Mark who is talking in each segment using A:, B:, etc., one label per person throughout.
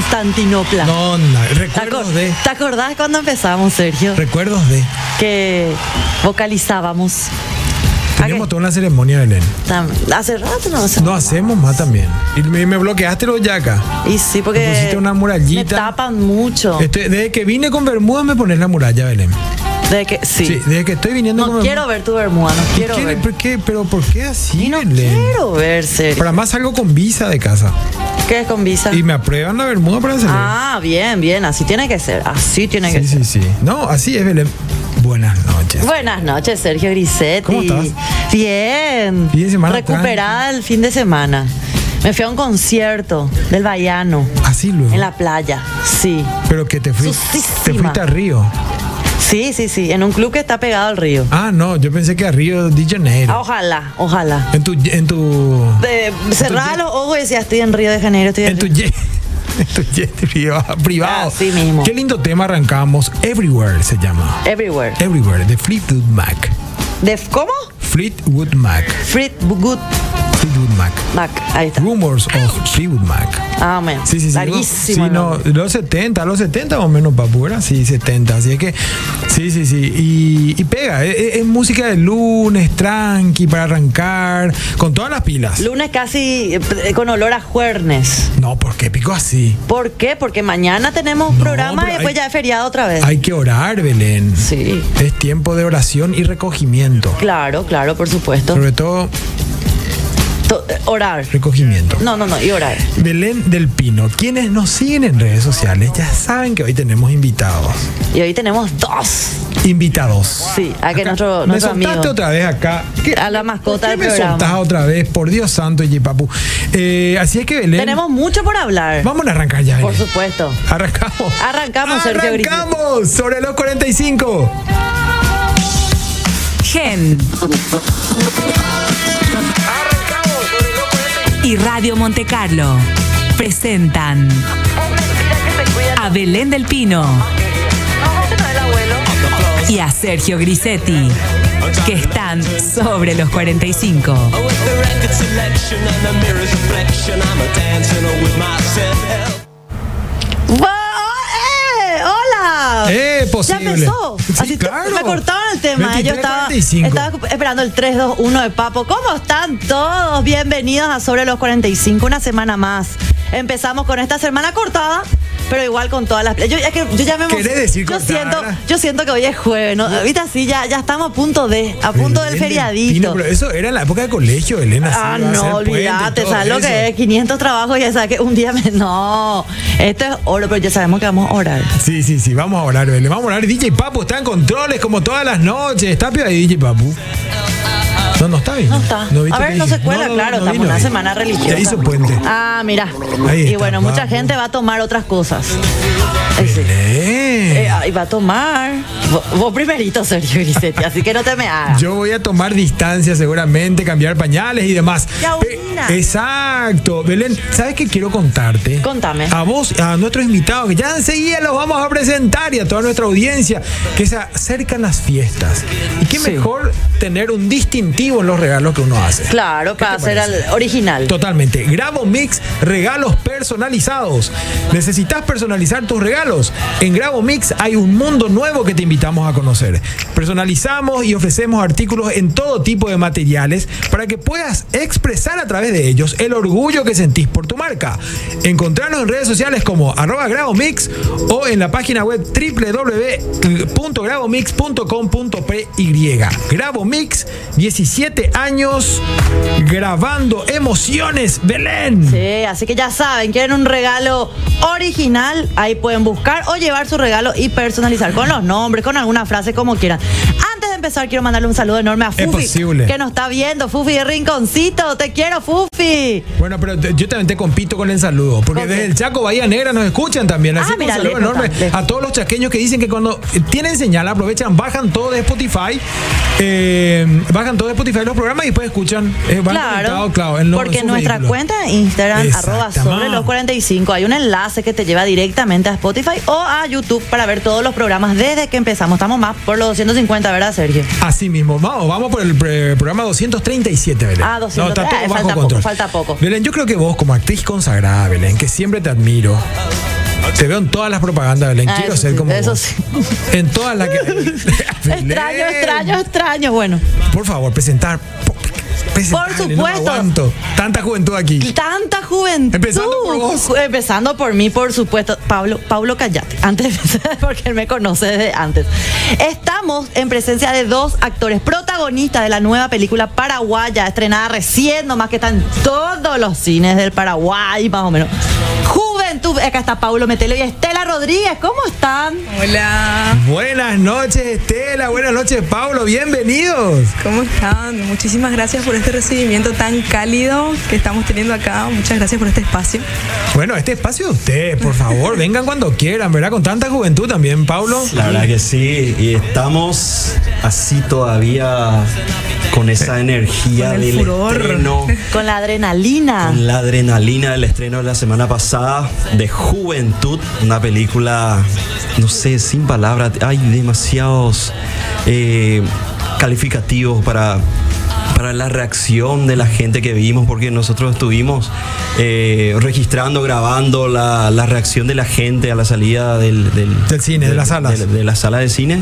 A: Constantinopla.
B: No, no,
A: ¿Te, acor-
B: recuerdos de.
A: te acordás cuando empezamos, Sergio?
B: Recuerdos de.
A: Que vocalizábamos.
B: Tenemos toda una ceremonia, Belén.
A: Tam- Hace rato no hacemos.
B: No hacemos más también. Y me, me bloqueaste los ya acá.
A: Y sí, porque.
B: Me pusiste una murallita.
A: Me
B: Eh,
A: tapan mucho.
B: Estoy- desde que vine con Bermuda me pones la muralla, Belén.
A: De que, sí.
B: Sí, desde que estoy viniendo
A: No
B: con
A: quiero ver tu bermuda, no quiero
B: Bermuda. ¿Qué-
A: ver.
B: ¿Por qué? ¿Pero por qué así,
A: No
B: Belén?
A: quiero ver, Sergio.
B: Para más salgo con visa de casa.
A: ¿Qué es con visa?
B: Y me aprueban la Bermuda para salir.
A: Ah, bien, bien. Así tiene que ser. Así tiene que
B: sí,
A: ser.
B: sí, sí. No, así es, Belén. Buenas noches.
A: Buenas noches, Sergio Grisetti.
B: ¿Cómo estás?
A: Bien.
B: Fin de semana
A: Recuperada el fin de semana. Me fui a un concierto del Bayano
B: Así luego.
A: en la playa. Sí.
B: Pero que te fuiste,
A: Susísima.
B: te fuiste a Río.
A: Sí, sí, sí. En un club que está pegado al río.
B: Ah, no, yo pensé que a Río de
A: Ah,
B: Janeiro.
A: ojalá, ojalá.
B: En tu, en tu,
A: De, cerraba los ojos y decía, estoy en Río de Janeiro, estoy en
B: en tu
A: Río.
B: jet, en tu jet privado. privado.
A: Así mismo.
B: Qué lindo tema arrancamos. Everywhere se llama.
A: Everywhere.
B: Everywhere de Fleetwood Mac.
A: ¿De cómo?
B: Fleetwood Mac.
A: Frit Good
B: Fleetwood Mac.
A: Mac. Ahí está.
B: Rumors of Fleetwood Mac.
A: Amén.
B: Sí, sí, sí.
A: Larguísimo.
B: Sí,
A: el
B: no,
A: nombre.
B: los 70, los 70 más o menos, papu, ¿verdad? Sí, 70. Así es que, sí, sí, sí. Y, y pega, es, es- es música de lunes, tranqui, para arrancar, con todas las pilas.
A: Lunes casi eh, con olor a juernes.
B: no, porque pico así.
A: ¿Por qué? Porque mañana tenemos programa
B: pero
A: y después
B: hay-
A: ya es feriado otra vez.
B: Hay que orar, Belén.
A: Sí.
B: Es tiempo de oración y recogimiento.
A: Claro, claro, por supuesto.
B: Sobre todo,
A: To- eh, orar.
B: recogimiento.
A: No, no, no, y orar.
B: Belén del Pino, quienes nos siguen en redes sociales ya saben que hoy tenemos invitados.
A: Y hoy tenemos dos.
B: Invitados.
A: Sí, a que
B: Acá.
A: nuestro,
B: me
A: nuestro
B: soltaste
A: amigo.
B: otra vez acá. ¿Qué-
A: A la mascota
B: ¿por
A: del
B: qué me
A: programa.
B: soltás otra vez, por Dios santo, y Papu. Eh, así es que Belén.
A: Tenemos mucho por hablar.
B: Vamos a arrancar ya.
A: Por
B: Belén.
A: supuesto.
B: Arrancamos.
A: Arrancamos, Sergio
B: Arrancamos sobre los 45.
C: Gen y Radio Monte Carlo presentan a Belén del Pino y a Sergio Grisetti, que están sobre los 45.
D: With the record selection and the mirror's reflection, I'm a dancing with myself.
A: ¡Wow! ¡Eh! ¡Hola!
B: Eh, posible.
A: Ya empezó.
B: Sí,
A: Así te-
B: claro.
A: Me cortaron el tema. ¿eh? Yo
B: 23,
A: estaba,
B: 45.
A: estaba esperando el 3, 2, 1 de Papo. ¿Cómo están todos? Bienvenidos a Sobre los 45, una semana más. Empezamos con esta semana cortada, pero igual con todas las. Yo, es que, yo ya me emocioné.
B: ¿Querés decir
A: yo
B: cortada?
A: siento, yo siento que hoy es jueves. ¿no? Ahorita sí, ya, ya estamos a punto de. A punto del
B: Belén Pino,
A: feriadito.
B: pero eso era en la época de colegio, Belén. así
A: Ah,
B: iba a ser
A: no,
B: puente y
A: olvídate,
B: todo
A: ¿sabes lo que es?
B: eso.
A: 500 trabajos y ya sabes que un día me... No, esto es oro, pero ya sabemos que vamos a orar.
B: Sí, sí, sí, vamos a orar, Belén. Vamos a orar. DJ Papu está en controles como todas las noches. Está pio de DJ Papu. No, no está bien.
A: No está.
B: viste
A: a ver,
B: qué
A: no
B: dije?
A: se cuela,
B: No, no,
A: claro,
B: no
A: estamos
B: vino
A: una
B: hoy.
A: semana religiosa.
B: Ya hizo puente.
A: Ah, mira.
B: Ahí
A: y
B: está,
A: bueno, mucha
B: vamos.
A: gente va a tomar otras cosas. Eh, sí.
B: Belén.
A: Eh, ah, y va a tomar. Vos, vos primerito, Sergio Grisetti, así que no te me hagas.
B: Yo voy a tomar distancia seguramente, cambiar pañales y demás.
A: Ya,
B: Pe-
A: orina.
B: Exacto. Belén, ¿sabes qué quiero contarte?
A: Contame.
B: A vos, a nuestros invitados, que ya enseguida los vamos a presentar y a toda nuestra audiencia, que se acercan las fiestas. Y qué mejor tener un distintivo en los regalos que uno hace.
A: Claro, para
B: te
A: hacer
B: parece?
A: al original.
B: Totalmente. Grabo Mix, regalos personalizados. ¿Necesitas personalizar tus regalos? En Grabo Mix hay un mundo nuevo que te invitamos a conocer. Personalizamos y ofrecemos artículos en todo tipo de materiales para que puedas expresar a través de ellos el orgullo que sentís por tu marca. Encontrarnos en redes sociales como arroba Grabo Mix o en la página web www.grabomix.com.py. Grabo Mix, 17 años grabando emociones, Belén.
A: Sí, así que ya saben, quieren un regalo original, ahí pueden buscar o llevar su regalo y personalizar con los nombres, con alguna frase, como quieran. Antes de empezar, quiero mandarle un saludo enorme a
B: Es
A: Fufi,
B: posible.
A: que nos está viendo, Fufi de Rinconcito, te quiero, Fufi.
B: Bueno, pero te- yo también te compito con el saludo, porque
A: Ok.
B: desde el Chaco Bahía Negra nos escuchan también. Así
A: Ah,
B: que un
A: mira,
B: saludo
A: lejos
B: enorme
A: está, lejos.
B: a todos los chaqueños que dicen que cuando tienen señal aprovechan, bajan todo de Spotify, eh, bajan todo de Spotify los programas y después escuchan. eh, van
A: Claro,
B: conectados, claro, en lo-
A: porque
B: en sus
A: nuestra
B: vehículos.
A: cuenta de Instagram, arroba
B: Exactamente.
A: sobre los 45, hay un enlace que te lleva directamente a Spotify o a YouTube para ver todos los programas desde que empezamos. Estamos más por los 250, ¿verdad, Sergio?
B: Así mismo, vamos, vamos por el pre- programa 237, Belén.
A: Ah, 237.
B: No, está todo
A: Ah,
B: bajo
A: falta poco,
B: control.
A: falta poco.
B: Belén, yo creo que vos como actriz consagrada, Belén, que siempre te admiro, Te veo en todas las propagandas, Belén.
A: Ah,
B: Quiero
A: eso
B: ser
A: sí,
B: como
A: eso
B: vos.
A: sí.
B: En todas las que...
A: Extraño,
B: Belén,
A: extraño, extraño. Bueno,
B: Por favor, presentar. po- presentar, no me
A: supuesto.
B: aguanto. Tanta juventud aquí.
A: tanta juventud.
B: Empezando por vos.
A: Ju- Empezando por mí, por supuesto. Pablo, Pablo, callate. Antes, de empezar, porque él me conoce desde antes. Estamos en presencia de dos actores protagonistas de la nueva película paraguaya, estrenada recién, nomás que está en todos los cines del Paraguay, más o menos. Juventud. Acá está Pablo Metelo y Estela Rodríguez. ¿Cómo están?
E: Hola,
B: Buenas noches, Estela. Buenas noches, Pablo. Bienvenidos.
E: ¿cómo están? Muchísimas gracias por este recibimiento tan cálido que estamos teniendo acá. Muchas gracias por este espacio.
B: Bueno, este espacio de ustedes, por favor, vengan cuando quieran, ¿verdad? Con tanta juventud también, Pablo.
F: La verdad que sí, y estamos así todavía con esa energía
E: Con el
F: del
E: furor.
F: estreno,
A: Con la adrenalina.
F: con la adrenalina del estreno de la semana pasada de Juventud, una película, no sé, sin palabras, hay demasiados eh, calificativos para para la reacción de la gente que vimos, porque nosotros estuvimos eh, registrando, grabando la, la reacción de la gente a la salida del,
B: Del cine, de las salas.
F: del- de la sala de cine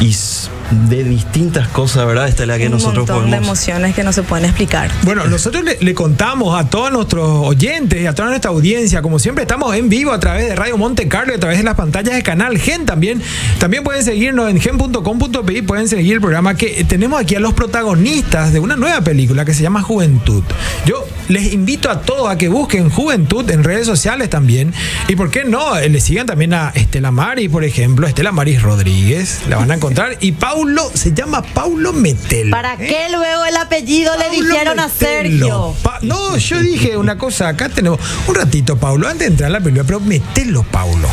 F: y s- de distintas cosas, ¿verdad? Esta es la que
E: Un
F: nosotros
E: montón de
F: podemos.
E: emociones que no se pueden explicar.
B: Bueno, nosotros le, le contamos a todos nuestros oyentes y a toda nuestra audiencia, como siempre estamos en vivo a través de Radio Monte Carlo y a través de las pantallas de Canal Gen también. También pueden seguirnos en gen.com.pi, pueden seguir el programa que tenemos aquí a los protagonistas de una nueva película que se llama Juventud. Yo les invito a todos a que busquen Juventud en redes sociales también. Y por qué no, Eh, le sigan también a Estela Maris, por ejemplo, Estela Maris Rodríguez, la van a encontrar. Y Paulo, se llama Paulo Metel.
A: ¿Para
B: ¿eh?
A: qué luego el apellido le
B: Paulo
A: dijeron a
B: Metelo.
A: Sergio?
B: Pa- no, yo dije una cosa, acá tenemos. Un ratito, Paulo, antes de entrar a la película, pero metelo, Paulo.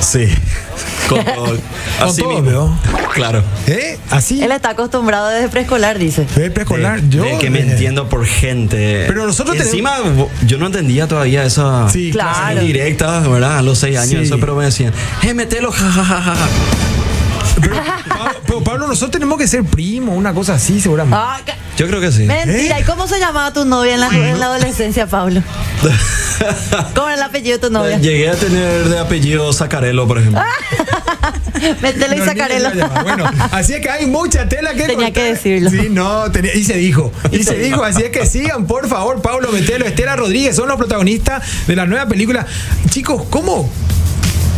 F: Sí. Con todo. Así
B: todo,
F: mismo.
B: veo.
F: Claro.
B: ¿Eh? Así.
A: Él está acostumbrado desde preescolar, dice.
B: Ve preescolar,
F: De-
B: yo.
F: de que me
B: eh,
F: entiendo por gente.
B: Pero nosotros tenemos-
F: Encima, vo- yo no entendía todavía esa.
B: Sí,
A: Claro.
F: esas Directas, ¿verdad? A los seis años,
B: Sí.
F: eso, pero me decían, ¡eh, metelo! jajajaja".
B: Pero, Pa- pero, Pablo, nosotros tenemos que ser primos, una cosa así, seguramente.
A: Ah, ca-
F: Yo creo que sí.
A: Mentira, ¿y cómo se llamaba tu novia en la, en la adolescencia, Pablo? ¿Cómo era el apellido de tu novia?
F: Llegué a tener de apellido Sacarelo, por ejemplo.
A: Mételo y
B: Los niños
A: sacarelo.
B: no llaman. Bueno, así es que hay mucha tela que
A: Tenía
B: cortar.
A: que decirlo.
B: Sí, no, tenía- y se dijo. Y se dijo, así es que sigan, por favor, Pablo Metelo, Estela Rodríguez, son los protagonistas de la nueva película. Chicos, ¿cómo?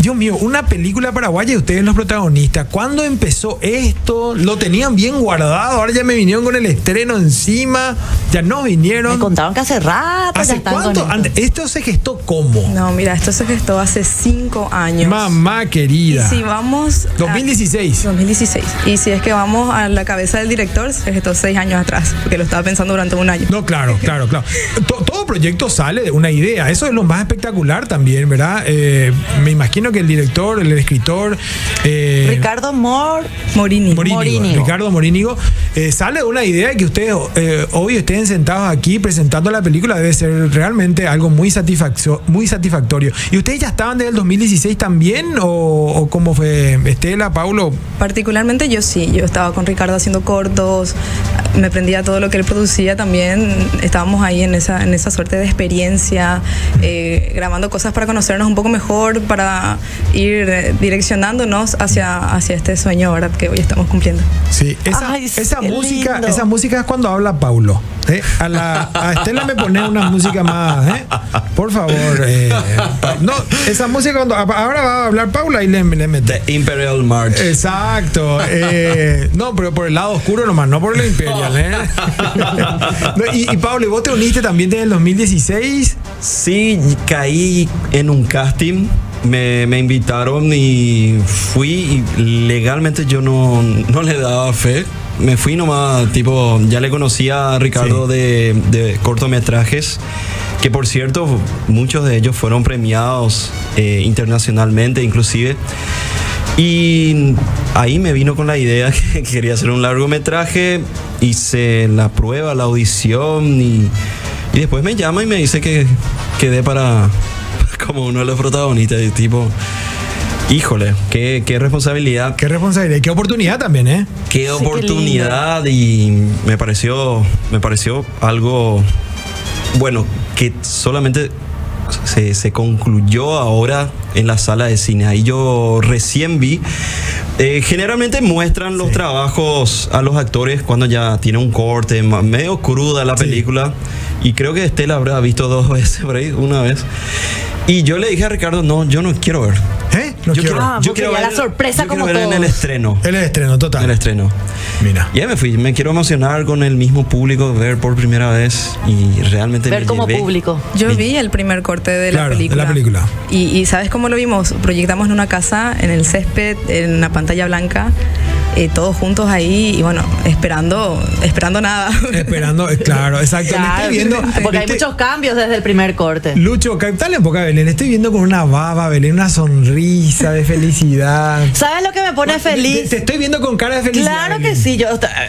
B: Dios mío, una película paraguaya y ustedes los protagonistas. ¿Cuándo empezó esto? ¿Lo tenían bien guardado? Ahora ya me vinieron con el estreno encima. Ya no
A: Me
B: vinieron.
A: contaron que hace rato ya
B: ¿Hace
A: están con
B: cuánto?
A: esto.
B: Ande- ¿Esto se gestó cómo?
E: No, mira, esto se gestó hace cinco años.
B: Mamá
E: Y
B: querida.
E: si vamos. a-
B: 2016.
E: 2016. Y si es que vamos a la cabeza del director, se gestó seis años atrás, porque lo estaba pensando durante un año.
B: No, claro, claro, claro. To- todo proyecto sale de una idea. Eso es lo más espectacular también, ¿verdad? Eh, me imagino que el director, el escritor. eh,
A: Ricardo Moore.
E: Morini.
B: Morínigo,
A: Morínigo.
B: Ricardo Morínigo, eh, sale de una idea que ustedes eh, hoy estén sentados aquí presentando la película debe ser realmente algo muy, satisfaccio- muy satisfactorio. ¿Y ustedes ya estaban desde el 2016 también? ¿O, o cómo fue Estela, Paulo?
E: Particularmente yo sí, yo estaba con Ricardo haciendo cortos, me prendía todo lo que él producía también, estábamos ahí en esa, en esa suerte de experiencia, eh, grabando cosas para conocernos un poco mejor, para ir eh, direccionándonos hacia, hacia este sueño ahora que hoy estamos cumpliendo.
B: Sí, esa,
A: Ay, sí,
B: esa
A: qué
B: música,
A: lindo.
B: esa música es cuando habla Paulo. ¿eh? A, la, a Estela me pone una música más, ¿eh? Por favor. eh, pa- no, esa música cuando ahora va a hablar Paula y le, le mete.
F: The Imperial March.
B: Exacto. eh, no, pero por el lado oscuro nomás, no por el imperial, ¿eh? No, y, y Pablo, ¿y vos te uniste también desde el 2016?
F: Sí, caí en un casting. Me, me invitaron y fui. y legalmente yo no, no le daba fe. Me fui nomás, tipo, ya le conocía a Ricardo
B: Sí.
F: de, de cortometrajes. Que por cierto, muchos de ellos fueron premiados eh, internacionalmente, inclusive. Y ahí me vino con la idea que quería hacer un largometraje, hice la prueba, la audición y, y después me llama y me dice que quedé para como uno de los protagonistas y tipo, híjole, qué, qué responsabilidad,
B: Qué responsabilidad y qué oportunidad también, ¿eh?
F: qué
A: Sí, qué
F: oportunidad y me pareció, me pareció algo bueno que solamente se, se concluyó ahora en la sala de cine. Ahí yo recién vi. eh, generalmente muestran los trabajos a los actores cuando ya tiene un corte, ma- medio cruda la película. Y creo que Estela habrá visto dos veces, por ahí, una vez. Y yo le dije a Ricardo, no, yo no quiero ver.
B: ¿Eh? No
F: yo
B: quiero.
A: Ah, porque ya la sorpresa
F: yo quiero
A: como
F: ver en el
A: todos.
F: estreno.
B: El estreno, total.
F: En el estreno.
B: Mira.
F: Y ahí me fui, me quiero emocionar con el mismo público, ver por primera vez y realmente
A: Ver
F: me
A: como
F: llevé.
A: público.
E: Yo vi el primer corte de
B: Claro, de
E: la
B: la
E: película.
B: película.
E: Y, y ¿sabes cómo lo vimos? Proyectamos en una casa, en el césped, en una pantalla blanca, eh, todos juntos ahí y bueno, esperando, esperando nada.
B: Esperando, eh, claro, exacto. Le
A: Claro,
B: estoy viendo. este
A: porque
B: le
A: hay
B: estoy-
A: muchos cambios desde el primer corte.
B: Lucho, captale un poco a Belén. Le Estoy viendo con una baba, Belén, una sonrisa de felicidad.
A: ¿Sabes lo que me pone
B: Te,
A: feliz?
B: te estoy viendo con cara de felicidad.
A: Claro que
B: Belén.
A: sí, yo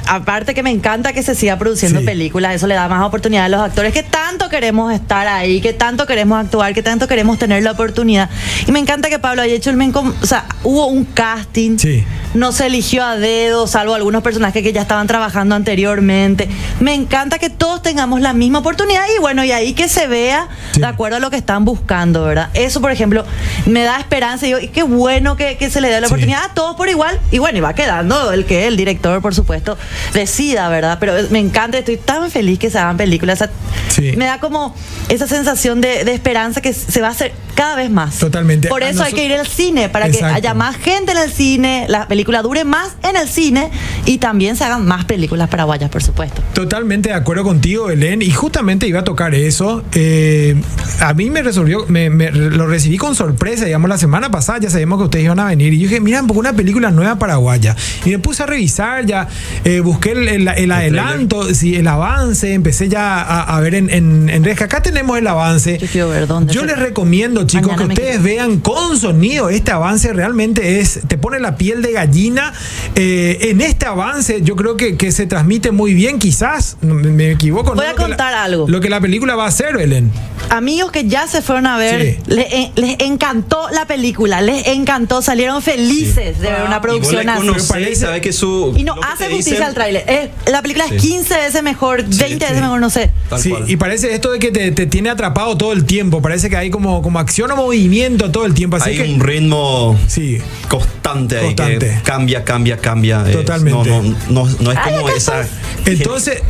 A: aparte que me encanta que se siga produciendo
B: Sí.
A: películas, eso le da más oportunidad a los actores que tanto queremos estar ahí, que tanto queremos actuar, que tanto queremos tener la oportunidad. Y me encanta que Pablo haya hecho el men com- o sea, hubo un casting.
B: Sí.
A: No se eligió a dedo, salvo algunos personajes que ya estaban trabajando anteriormente. Me encanta que todos tengamos la misma oportunidad y bueno, y ahí que se vea
B: Sí.
A: de acuerdo a lo que están buscando, ¿verdad? Eso, por ejemplo, me da esperanza y digo, y qué bueno que, que se le dé la
B: Sí.
A: oportunidad a todos por igual. Y bueno, y va quedando el que el director, por supuesto, decida, ¿verdad? Pero me encanta, estoy tan feliz que se hagan películas. o sea,
B: Sí.
A: Me da como esa sensación de, de esperanza que se va a hacer cada vez más.
B: Totalmente.
A: Por
B: A
A: eso hay
B: noso-
A: que ir al cine, para
B: Exacto.
A: que haya más gente en el cine, la película dure más en el cine y también se hagan más películas paraguayas, por supuesto.
B: Totalmente de acuerdo contigo, Belén. Y justamente iba a tocar eso. Eh, a mí me resolvió, me, me- lo recibí con sorpresa, digamos, la semana pasada. Ya sabíamos que ustedes iban a venir. Y yo dije, mira, un poco una película nueva paraguaya. Y me puse a revisar, ya eh, busqué el, el- el adelanto, sí, el avance. Empecé ya a, a ver en, en, en redes. Que Acá tenemos el avance.
A: Yo quiero ver dónde
B: Yo
A: se-
B: les recomiendo, chicos,
A: Mañana
B: que
A: me
B: ustedes
A: quiero-
B: vean con sonido este avance. Realmente es, te pone la piel de gallina. Eh, en este avance, yo creo que, que se transmite muy bien, quizás. no, Me, me equivoco.
A: Voy
B: ¿no?
A: a
B: Lo que la-
A: contar algo.
B: Lo que la película va a hacer, Belén.
A: amigos que ya se fueron a ver,
B: Sí.
A: le- eh, les, encantó la película, les encantó, salieron felices de ver una
F: Y vos le
A: producción así.
F: conocés,
B: parece-
F: sabés que su-
A: Y no
F: lo que
A: hace
F: te
A: justicia
F: dicen-
A: al tráiler. Eh, la película es
F: Sí.
A: 15 veces mejor, 20
F: sí.
A: veces mejor, no sé.
F: Tal
B: Sí,
F: cual.
B: y parece esto de que te, te tiene atrapado todo el tiempo. Parece que hay como, como acción o movimiento todo el tiempo. Así
F: Hay
B: que.
F: un ritmo
B: Sí.
F: constante, ahí que
B: Constante.
F: cambia, cambia, cambia. Es-
B: Totalmente.
F: No, no, no- no es
A: Ay,
F: como
A: acá
F: esa.
B: Entonces.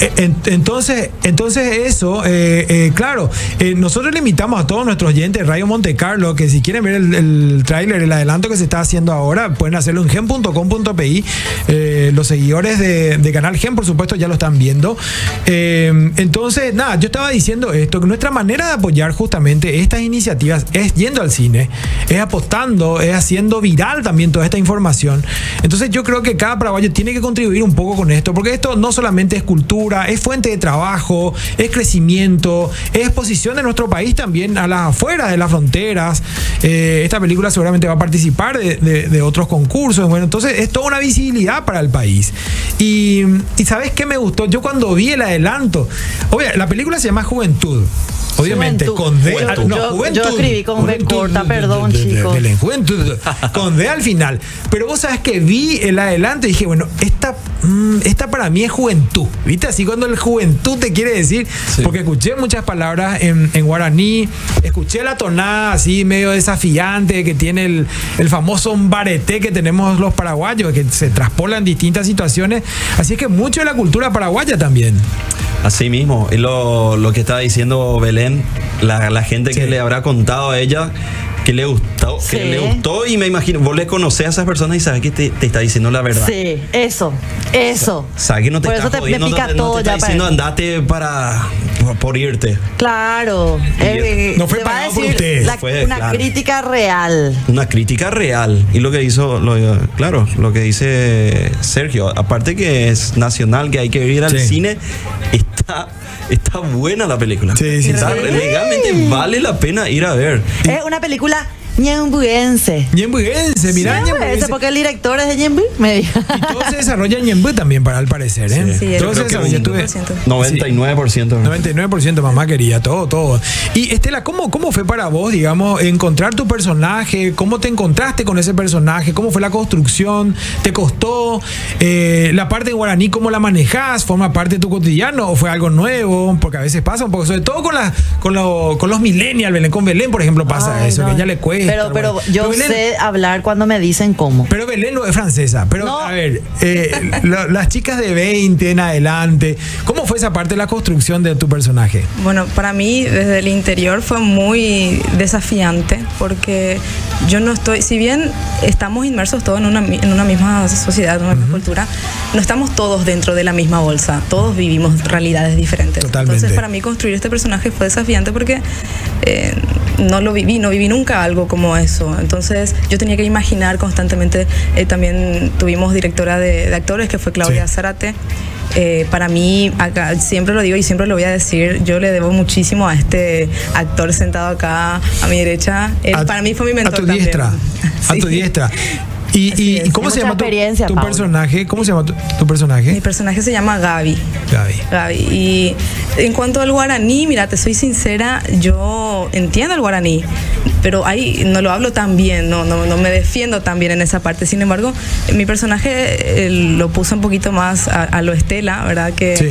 B: eh, en- Entonces, entonces eso, eh, eh, claro, eh, nosotros le invitamos a todos nuestros oyentes de Radio Monte Carlo que si quieren ver el, el tráiler, el adelanto que se está haciendo ahora, pueden hacerlo en gen.com.pi. Eh, los seguidores de, de Canal Gen, por supuesto, ya lo están viendo. Eh, entonces, nada, yo estaba diciendo esto, que nuestra manera de apoyar justamente estas iniciativas es yendo al cine, es apostando, es haciendo viral también toda esta información. Entonces yo creo que cada paraguayo tiene que contribuir un poco con esto, porque esto no solamente es cultura, es fuente de trabajo, es crecimiento, es exposición de nuestro país también a las afueras de las fronteras. Eh, esta película seguramente va a participar de, de- de otros concursos. Bueno, entonces es toda una visibilidad para el país. Y, y ¿sabes qué me gustó? Yo cuando vi el adelanto, obvio, la película se llama Juventud. Obviamente,
A: Juventud.
B: con D.
A: Yo-
B: ah, no,
A: yo- yo
B: juventud.
A: escribí con B
B: Juventud,
A: corta,
B: de-
A: perdón,
B: de- de- de-
A: chicos.
B: Belén, juventud. Con D al final. Pero vos sabés que vi el adelanto y dije, bueno, esta, mm, esta para mí es juventud. ¿Viste? Así cuando el juventud te quiere decir. Porque escuché muchas palabras en, en guaraní. Escuché la tonada así medio desafiante que tiene el, el famoso mbarete que tenemos los paraguayos, que se traspola en distintas situaciones. Así que mucho de la cultura paraguaya también.
F: Así mismo, y lo, lo que estaba diciendo Belén, la, la gente que
B: Sí.
F: le habrá contado a ella que le gustó, que
A: Sí.
F: le gustó y me imagino, vos le conocés a esas personas y sabes que te, te está diciendo la verdad.
A: Sí, eso, eso.
F: Sabes que no te
A: por
F: está
A: eso te, me
F: jodiendo, no
A: pica
F: te- no
A: todo
F: te está
A: ya. para-
F: diciendo andate para por, por irte.
A: Claro. eh,
B: No fue
A: te va a
B: pagado por
A: decir
B: ustedes,
A: la-
F: fue,
A: una
F: claro.
A: crítica real.
F: Una crítica real. Y lo que hizo, lo- claro, lo que dice Sergio, aparte que es nacional, que hay que ir al
B: Sí.
F: cine, está, está buena la película.
B: Sí, sí,
F: Está-
B: sí.
F: Legalmente vale la pena ir a ver.
A: Es una película Ñembuense.
B: Ñembuense, mirá Ñembuense.
A: Ñembuense, porque el director es de Ñembu, me dijo.
B: Todo se desarrolla en Ñembu también, para al parecer, ¿eh?
E: Sí, sí,
B: Todo se
E: creo que
B: desarrolla.
E: un
B: Tuve
E: 5%.
F: 99%.
B: 99% mamá quería, todo, todo. Y Estela, ¿cómo, ¿cómo fue para vos, digamos, encontrar tu personaje? ¿Cómo te encontraste con ese personaje? ¿Cómo fue la construcción? ¿Te costó? Eh, ¿La parte de guaraní, cómo la manejás? ¿Forma parte de tu cotidiano o fue algo nuevo? Porque a veces pasa un poco, sobre todo con, las con, lo- con los millennials, Belén, con Belén, por ejemplo, pasa
A: Ay,
B: eso,
A: no.
B: que ya le cuesta.
A: Pero, pero
B: bueno.
A: yo
B: Belén-
A: sé hablar cuando me dicen cómo.
B: pero Belén no es francesa. Pero
A: No.
B: a ver, eh, la- las chicas de 20 en adelante, ¿cómo fue esa parte de la construcción de tu personaje?
E: Bueno, para mí desde el interior fue muy desafiante porque yo no estoy, si bien estamos inmersos todos en una, mi- en una misma sociedad, en una misma cultura, no estamos todos dentro de la misma bolsa, todos vivimos realidades diferentes.
B: Totalmente.
E: Entonces para mí construir este personaje fue desafiante porque eh, no lo viví, no viví nunca algo como eso. Entonces yo tenía que imaginar constantemente, eh, también tuvimos directora de, de actores que fue Claudia
B: Sí.
E: Zárate. Eh, para mí, acá, siempre lo digo y siempre lo voy a decir, yo le debo muchísimo a este actor sentado acá a mi derecha. Él
B: A-
E: Eh, para mí fue mi mentor.
B: A tu
E: también.
B: diestra. A tu
E: Sí.
B: diesra. ¿Y,
A: Así
B: y-
A: es.
B: y cómo
A: Mucha
B: se llama tu,
A: experiencia,
B: tu
A: Pablo.
B: personaje? ¿Cómo se llama tu, tu
E: Mi
B: personaje?
E: personaje se llama Gaby.
B: Gaby.
E: Gaby. Y en cuanto al guaraní, mira, te soy sincera, yo entiendo el guaraní, pero ahí no lo hablo tan bien, no, no, no me defiendo tan bien en esa parte. Sin embargo, mi personaje eh, lo puso un poquito más a, a lo Estela, ¿verdad? Que,
B: Sí.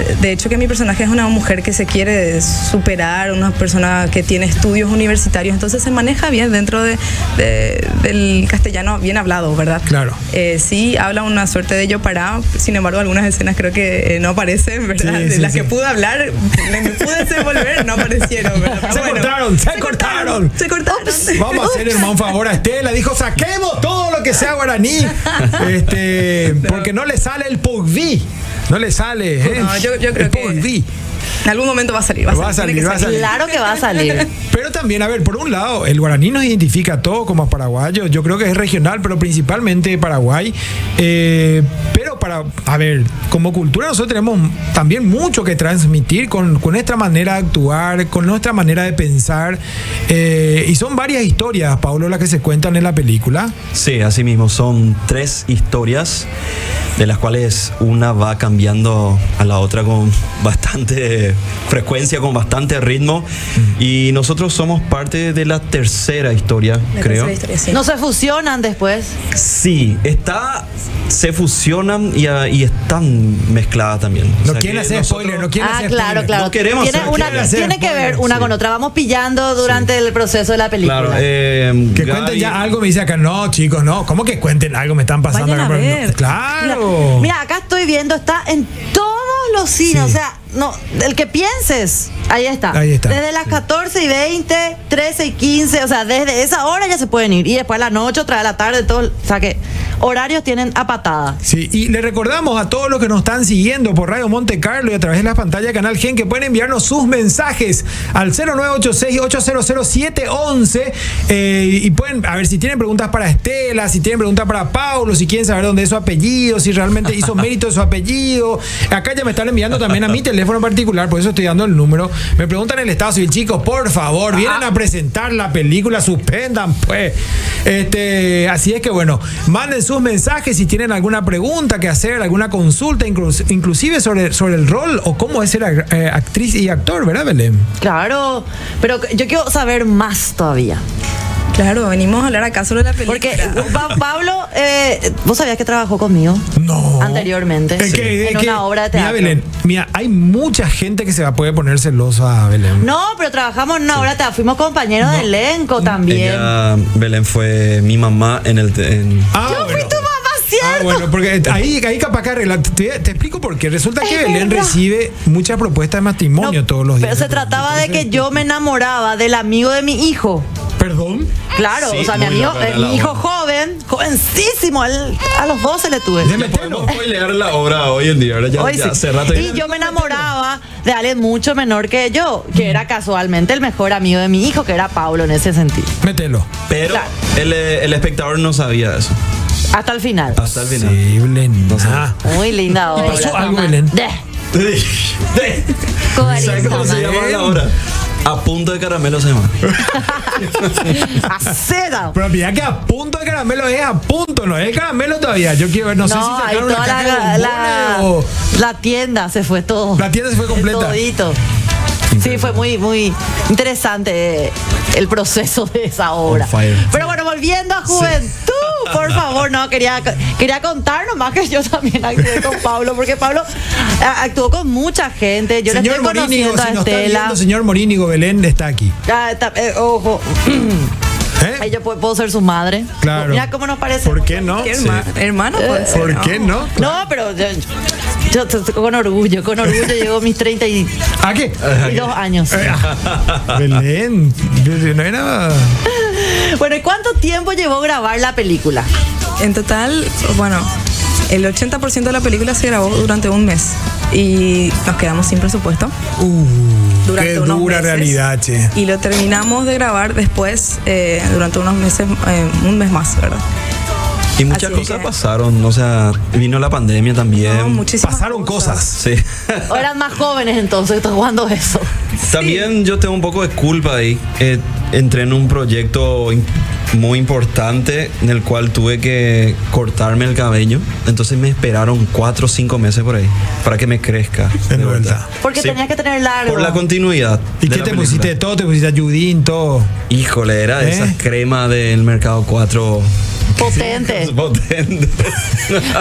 E: eh, De hecho, que mi personaje es una mujer que se quiere superar, una persona que tiene estudios universitarios, entonces se maneja bien dentro de- de- del castellano bien hablado, ¿verdad?
B: Claro.
E: Eh, sí, habla una suerte de yo pará, sin embargo, algunas escenas creo que eh, no aparecen, ¿verdad?
B: Sí,
E: de
B: sí,
E: las
B: sí.
E: que pude hablar, me, me pude desenvolver, no aparecieron, ¿verdad? Pero
B: Se
E: bueno,
B: cortaron, se cortaron.
E: Se cortaron.
B: Vamos a hacer hermano un favor a Estela. Dijo, saquemos todo lo que sea guaraní. Este, porque no le sale el pugví. No le sale. ¿eh?
E: No, yo- yo creo
B: el
E: que-
B: pugví.
E: En algún momento va a salir, va a
B: Va a
E: salir.
B: salir,
E: tiene que
B: va a salir.
A: Claro que va a salir.
B: Pero también, a ver, por un lado, el guaraní nos identifica a todos como paraguayos. Yo creo que es regional, pero principalmente Paraguay. Eh, pero para, a ver, como cultura nosotros tenemos también mucho que transmitir con, con nuestra manera de actuar, con nuestra manera de pensar. Eh, y son varias historias, Pablo, las que se cuentan en la película.
F: Sí, así mismo. Son tres historias, de las cuales una va cambiando a la otra con bastante frecuencia, con bastante ritmo. Y nosotros somos parte de la tercera historia,
E: La
F: creo.
E: tercera historia, sí.
A: No se fusionan después.
F: Sí, está. Se fusionan y, ah, y están mezcladas también. O
B: No
F: sea
B: quieren
F: que
B: hacer
F: nosotros-
B: spoiler, no quieren
A: Ah,
B: hacer
A: claro,
B: spoiler.
A: claro.
F: No queremos
A: tiene,
F: hacer-
A: una-
B: quieren hacer
A: tiene que ver
B: spoilers,
A: una
B: sí.
A: con otra. Vamos pillando durante el proceso de la película.
F: Claro, eh,
B: Que
F: Gaby-
B: cuenten ya algo, me dice acá, no, chicos, no, ¿cómo que cuenten algo? Me están pasando
E: Vayan
B: acá,
E: a
B: pero no-
E: ver.
B: Claro.
A: Mira, acá estoy viendo, está en todos los cines.
B: oh.
A: O
B: Sí.
A: sea, no, el que pienses, ahí está.
B: Ahí está,
A: Desde las 14 y 20, 13 y 15, o sea, desde esa hora ya se pueden ir. Y después a la noche, otra de la tarde, todo. O sea que horarios tienen a patada.
B: Sí, y le recordamos a todos los que nos están siguiendo por Radio Monte Carlo y a través de la pantalla de Canal Gen que pueden enviarnos sus mensajes al 0986-800711 eh, y pueden, a ver, si tienen preguntas para Estela, si tienen preguntas para Paulo, si quieren saber dónde es su apellido, si realmente hizo mérito de su apellido. Acá ya me están enviando también a mi teléfono particular, por eso estoy dando el número. Me preguntan el estado civil, chicos, por favor, vienen a presentar la película, suspendan, pues. Este, así es que bueno, manden sus mensajes si tienen alguna pregunta que hacer, alguna consulta, inclus- inclusive sobre, sobre el rol o cómo es ser ag- eh, actriz y actor, ¿verdad, Belén?
A: Claro, pero yo quiero saber más todavía.
E: Claro, venimos a hablar acá sobre la película.
A: Porque uh, Pa- Pablo, eh, vos sabías que trabajó conmigo.
B: No.
A: Anteriormente.
B: Es que- es
A: En
B: que-
A: una obra de
B: Mira,
A: teatro.
B: Belén, mira, hay mucha gente que se va a poder poner celosa, Belén.
A: No, pero trabajamos en una obra de teatro. Fuimos compañeros de elenco también.
F: Ella, Belén fue mi mamá en el. te- en-
B: Ah,
A: Yo fui
B: bueno.
A: tu mamá,
B: Ah,
A: ¿cierto?
B: bueno, porque ahí, ahí capaz que arregla. Te, te explico por qué. Resulta que
A: Es
B: Belén
A: verdad.
B: recibe muchas propuestas de matrimonio
A: No,
B: todos los días.
A: Pero se trataba de que yo me enamoraba del amigo de mi hijo.
B: Perdón.
A: Claro,
F: Sí,
A: o sea, mi
F: muy
A: amigo,
F: bacana
A: eh,
F: la
A: mi hijo
F: obra.
A: joven, jovencísimo, él- a los 12 le tuve.
B: Déjame-
F: Podemos spoilear la obra hoy en día, ahora ya,
A: Hoy
F: ya
A: sí.
F: hace rato.
A: y yo me enamoraba de alguien mucho menor que yo, que era casualmente el mejor amigo de mi hijo, que era Pablo en ese sentido.
B: Mételo.
F: Pero
A: Claro.
F: el, eh, el espectador no sabía eso.
A: Hasta el final.
F: Hasta el final.
B: Sí, Belén.
F: No sé.
B: Ah.
A: Muy linda obra.
B: pasó algo,
A: mamá.
B: Belén?
A: De-
F: ¿Sabes cómo se llama la obra? A punto de caramelo se llama.
A: A seda.
B: Pero mira que a punto de caramelo es a punto, no es caramelo todavía. Yo quiero ver, no, sé si
A: No, ahí
B: sacaron la
A: toda
B: caja
A: la,
B: de
A: la-
B: bombones o-
A: la tienda se fue todo.
B: La tienda se fue completa.
A: Todito. Sí, fue muy, muy interesante eh, el proceso de esa obra.
F: On fire.
A: Pero bueno, volviendo a Juventud, por favor, no, quería, quería contar nomás que yo también actué con Pablo, porque Pablo eh, actuó con mucha gente. Yo le
B: señor
A: estoy
B: Morínigo,
A: conociendo
B: si
A: a
B: nos está
A: Estela.
B: viendo, señor Morínigo, Belén está aquí.
A: Ah, está- eh, ojo,
B: ¿Eh?
A: Ay, yo puedo, puedo ser su madre.
B: Claro.
A: Mira cómo nos parece.
B: ¿Por qué no? Sí.
E: Herma- Hermano, puede
A: Eh,
E: ser,
B: ¿Por qué no?
A: No, pero yo, yo- yo con orgullo, con orgullo llevo mis 32
B: ¿A qué? Eh,
A: años.
B: Belén, Belén, no era.
A: Bueno, ¿y cuánto tiempo llevó grabar la película?
E: En total, bueno, el 80% de la película se grabó durante un mes y nos quedamos sin presupuesto.
B: Uh,
E: Durante
B: qué
E: unos
B: dura
E: meses.
B: realidad, che.
E: Y lo terminamos de grabar después, eh, durante unos meses, eh, un mes más, ¿verdad?
F: Y muchas
E: Así
F: cosas
E: que-
F: pasaron, o sea, vino la pandemia también.
E: No, muchísimas
B: Pasaron cosas.
F: Sí.
A: ¿O eran más jóvenes entonces jugando eso?
F: También yo tengo un poco de culpa ahí. Eh, entré en un proyecto im- muy importante en el cual tuve que cortarme el cabello. Entonces me esperaron cuatro o cinco meses por ahí para que me crezca.
B: De vuelta.
A: Porque tenías que tener largo.
F: Por la continuidad.
B: ¿Y
F: de
B: qué
F: la
B: te
F: película.
B: pusiste? Todo, te pusiste ayudín, todo.
F: Híjole, era
B: ¿Eh?
F: esa crema del mercado 4.
A: Potente.
F: Potente.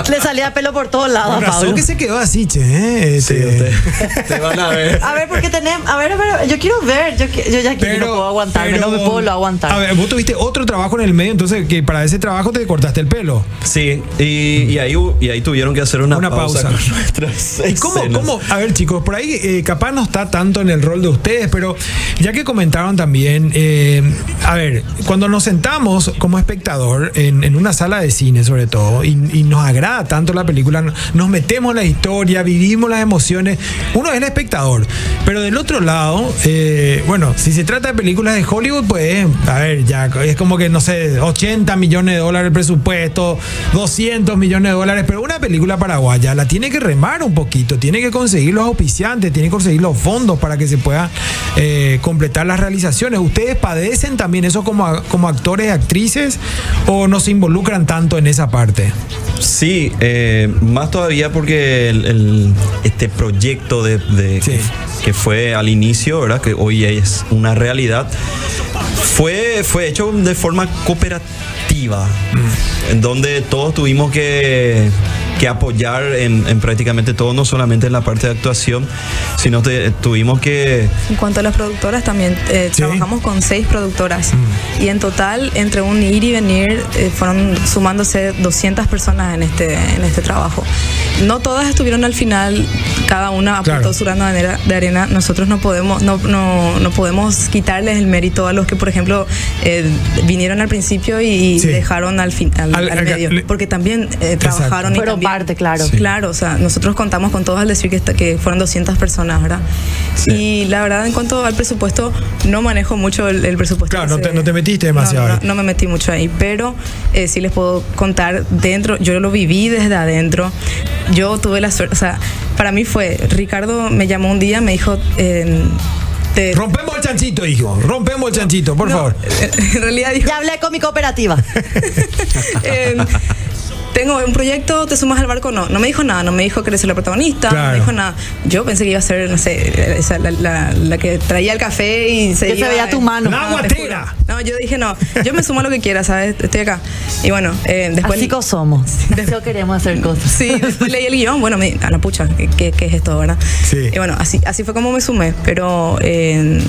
A: Le salía pelo por todos lados
B: Con
A: a Ah, Pablo.
B: razón que se quedó así, che. ¿eh?
F: Sí,
B: Este-
F: te, te van a ver.
A: A ver, porque tenemos. A ver, a ver, yo quiero ver. Yo, qui- yo ya aquí no puedo aguantarme,
B: pero-
A: no me puedo lo aguantar.
B: A ver, vos tuviste otro trabajo en el medio, entonces que para ese trabajo te cortaste el pelo.
F: Sí, y, y ahí, hu- y ahí tuvieron que hacer una,
B: Una
F: pausa.
B: pausa.
F: con nuestras
B: ¿Y cómo,
F: escenas.
B: cómo? A ver, chicos, por ahí eh, capaz no está tanto en el rol de ustedes, pero ya que comentaron también, eh, a ver, cuando nos sentamos como espectador en, en una sala de cine, sobre todo, y, y nos agrada tanto la película, no- nos metemos en la historia, vivimos las emociones. Uno es el espectador, pero del otro lado, eh, bueno, si se trata de películas de Hollywood, pues, a ver, ya es como que, no sé, 80 millones de dólares el presupuesto, 200 millones de dólares, pero una película paraguaya la tiene que remar un poquito, tiene que conseguir los auspiciantes, tiene que conseguir los fondos para que se pueda eh, completar las realizaciones. ¿Ustedes padecen también eso como, a- como actores y actrices o no se involucran tanto en esa parte?
F: Sí, eh, más todavía porque el- el- este proyecto de, de-
B: Sí.
F: que fue al inicio, ¿verdad? Que hoy es una realidad. Fue, fue hecho de forma cooperativa,
B: Mm.
F: en donde todos tuvimos que, que apoyar en, en prácticamente todo, no solamente en la parte de actuación, sino te- tuvimos que...
E: En cuanto a las productoras, también eh,
B: Sí. Mm.
E: trabajamos con seis productoras. Y en total, entre un ir y venir, eh, fueron sumándose 200 personas en este, en este trabajo. No todas estuvieron al final, cada una aportó
B: Claro.
E: su grano de arena- de arena. Nosotros no podemos, no, no, no podemos quitarles el mérito a los que, por ejemplo, eh, vinieron al principio y
B: Sí.
E: dejaron al, fin, al,
B: Al-
E: al
B: al-
E: medio.
B: le-
E: Porque también eh, trabajaron y
A: Fueron
E: también-
A: parte, claro.
F: Sí.
E: Claro, o sea, nosotros contamos con todos al decir que, esta- que fueron 200 personas, ¿verdad?
F: Sí.
E: Y la verdad, en cuanto al presupuesto, no manejo mucho el, el presupuesto.
B: Claro, no
E: que
B: te- no te metiste demasiado
E: No, no,
B: ahí.
E: no me metí mucho ahí, pero eh, sí les puedo contar dentro, yo lo viví desde adentro. Yo tuve la suerte, o sea, para mí fue, Ricardo me llamó un día, me dijo, eh, te-
B: Rompemos el chanchito, hijo, rompemos el chanchito, por favor.
E: en realidad dijo,
A: Ya hablé con mi cooperativa.
E: Eh, tengo un proyecto, te sumas al barco, no. No me dijo nada, no me dijo que eres la protagonista, no
B: Claro.
E: me dijo nada. Yo pensé que iba a ser, no sé, eh, esa, la, la- la que traía el café y se
A: Que se
E: iba,
A: veía tu
E: eh,
A: mano.
B: La
E: no, te
B: guatera.
E: juro. No, yo dije no, yo me sumo a lo que quiera, ¿sabes? Estoy acá. Y bueno, eh, después...
A: Así que somos. Así que queremos hacer cosas.
E: Sí, después leí el guión, bueno, me, a la pucha, ¿qué, qué es esto, verdad?
B: Sí.
E: Y bueno, así, así fue como me sumé, pero eh,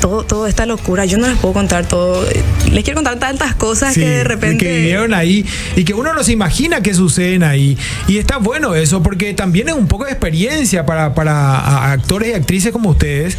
E: todo, todo esta locura, yo no les puedo contar todo, eh, les quiero contar tantas cosas
B: Sí,
E: Ah, que de repente...
B: que vivieron ahí y que uno no se imagina que suceden ahí. Y está bueno eso, porque también es un poco de experiencia para, para a- actores y actrices como ustedes.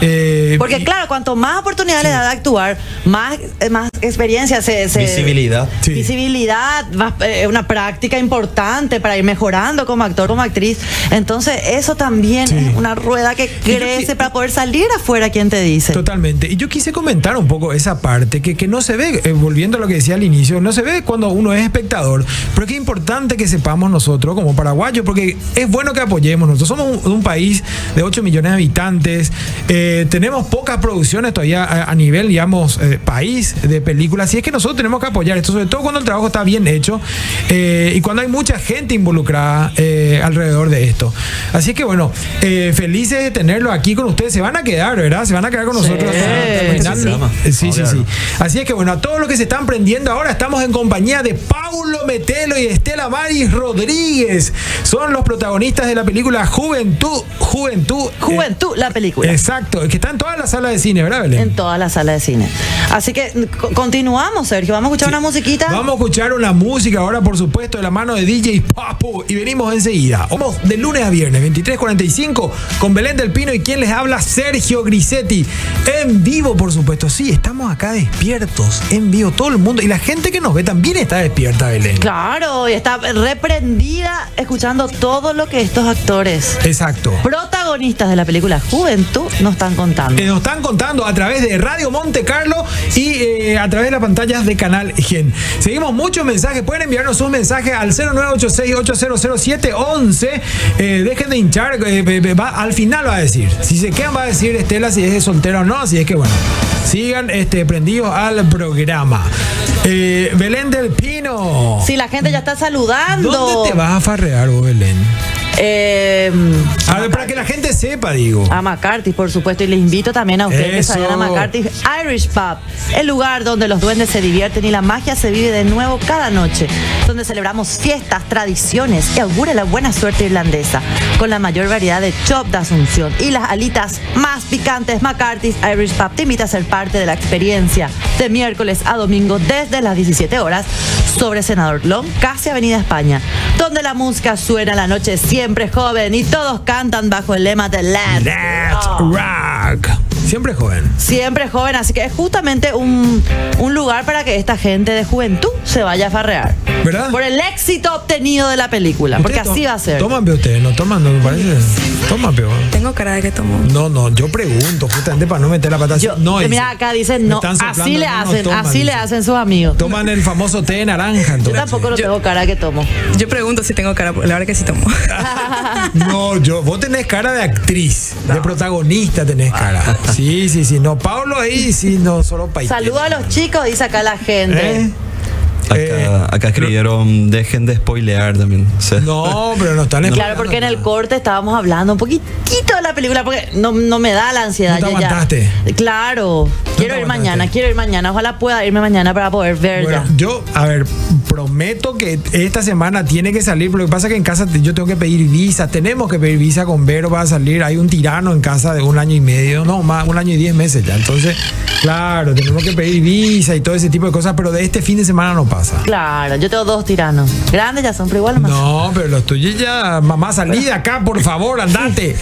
B: Eh,
A: Porque
B: y-
A: claro, cuanto más oportunidades le da de actuar, más, eh, más experiencia, se, se-
F: Visibilidad.
B: Sí.
A: visibilidad, vas- eh, una práctica importante para ir mejorando como actor, como actriz. Entonces, eso también
B: Sí.
A: es una rueda que
B: yo
A: crece
B: qui-
A: para poder salir afuera, quien te dice.
B: Totalmente. Y yo quise comentar un poco esa parte que, que no se ve, eh, volviendo a lo que decía al inicio, no se ve cuando uno es espectador, pero qué importante que sepamos nosotros como paraguayos, porque es bueno que apoyemos. Nosotros somos un, un país de 8 millones de habitantes, eh, tenemos pocas producciones todavía a, a nivel, digamos, eh, país de películas, así es que nosotros tenemos que apoyar esto, sobre todo cuando el trabajo está bien hecho eh, y cuando hay mucha gente involucrada eh, alrededor de esto. Así que bueno, eh, felices de tenerlo aquí con ustedes, se van a quedar, ¿verdad? Se van a quedar con nosotros.
A: Sí.
B: hasta el
F: Sí,
B: final.
F: sí.
B: eh, Sí, sí, sí.
F: Obvio.
B: Así es que bueno, a todos los que se están prendiendo ahora, estamos en compañía de Paulo Metelo y Estela Maris Rodríguez. Son los protagonistas de la película Juventud, Juventud. eh,
A: Juventud, la película.
B: exacto, que está en todas las salas de cine, ¿verdad, Belén?
A: en toda la sala de cine. Así que n- co- continuamos, Sergio. Vamos a escuchar una musiquita.
B: Vamos a escuchar una música ahora, por supuesto, de la mano de DJ Papo. Y venimos enseguida. Vamos de lunes a viernes, 23.45, con Belén del Pino y quien les habla, Sergio Grisetti. En vivo, por supuesto. Sí, estamos acá despiertos, en vivo, todo el mundo. Y la gente que nos ve también está despierta, Belén.
A: Claro, y está reprendida escuchando todo lo que estos actores,
B: Exacto.
A: protagonistas de la película Juventud, nos están contando.
B: Eh, nos están contando a través de Radio Monte Carlo y eh, a través de las pantallas de Canal Gen. Seguimos muchos mensajes. Pueden enviarnos sus mensajes al 0986-800711. Eh, dejen de hinchar. eh, be- be- va- al final va a decir. Si se quedan, va a decir Estela si es soltera o no. Así es que bueno. Sigan este, prendidos al programa. Eh, Belén del Pino.
A: Sí, la gente ya está saludando.
B: ¿Dónde te vas a farrear vos, Belén?
A: Eh,
B: A ver, para que la gente sepa, digo.
A: a McCarthy, por supuesto, y les invito también a ustedes que
B: Eso.
A: salgan a McCarthy Irish Pub, el lugar donde los duendes se divierten y la magia se vive de nuevo cada noche, donde celebramos fiestas, tradiciones y augura la buena suerte irlandesa, con la mayor variedad de chop de Asunción y las alitas más picantes. McCarthy's Irish Pub te invita a ser parte de la experiencia de miércoles a domingo desde las 17 horas sobre Senador Long, casi Avenida España, donde la música suena la noche siempre joven y todos cantan bajo el lema de Let's
B: Let's
A: Go.
B: rock. Siempre joven.
A: Siempre joven, así que es justamente un, un lugar para que esta gente de juventud se vaya a farrear.
B: ¿Verdad?
A: Por el éxito obtenido de la película, Ah, porque
B: Ustedes
A: así
B: to-
A: va a ser.
B: Toman pe ustedes, no toman, no me parece. Toman pe, bueno.
E: Tengo cara de que tomo.
B: No, no, yo pregunto, justamente para no meter la pata.
A: Yo-
B: no,
A: eh,
B: dice.
A: mira, acá dicen
B: Me
A: no,
B: están soplando,
A: así le
B: no, no
A: hacen,
B: toman,
A: así le
B: dice.
A: hacen sus amigos.
B: Toman el famoso té de naranja,
A: Yo
B: entonces.
A: tampoco no tengo cara que tomo.
B: Eh,
E: Yo pregunto si tengo cara, la verdad que sí tomo.
B: No, yo, vos tenés cara de actriz, de protagonista tenés cara. Sí, sí, sí. No, Pablo ahí, sí, no, solo ¿Eh? país.
A: Saludo a los chicos, dice acá la gente.
B: ¿Eh? Eh,
F: Acá, acá escribieron, dejen de spoilear también. O sea,
B: No, pero no están
A: Claro, porque en el corte estábamos hablando un poquitito de la película, porque no, no me da la ansiedad.
B: No te
A: ya- ya.
B: aguantaste.
A: Claro, quiero ir
B: aguantaste.
A: mañana, quiero ir mañana. Ojalá pueda irme mañana para poder ver
B: Bueno,
A: ya.
B: yo, a ver, prometo que esta semana tiene que salir. pero Lo que pasa es que en casa te- yo tengo que pedir visa. Tenemos que pedir visa con Vero para salir. Hay un tirano en casa de un año y medio, no, más un año y diez meses ya. Entonces, claro, tenemos que pedir visa y todo ese tipo de cosas, pero de este fin de semana no pasa.
A: Claro, yo tengo dos tiranos. Grandes ya son, pero igual más.
B: No, pero los tuyos ya, mamá, salí de acá, por favor, andate.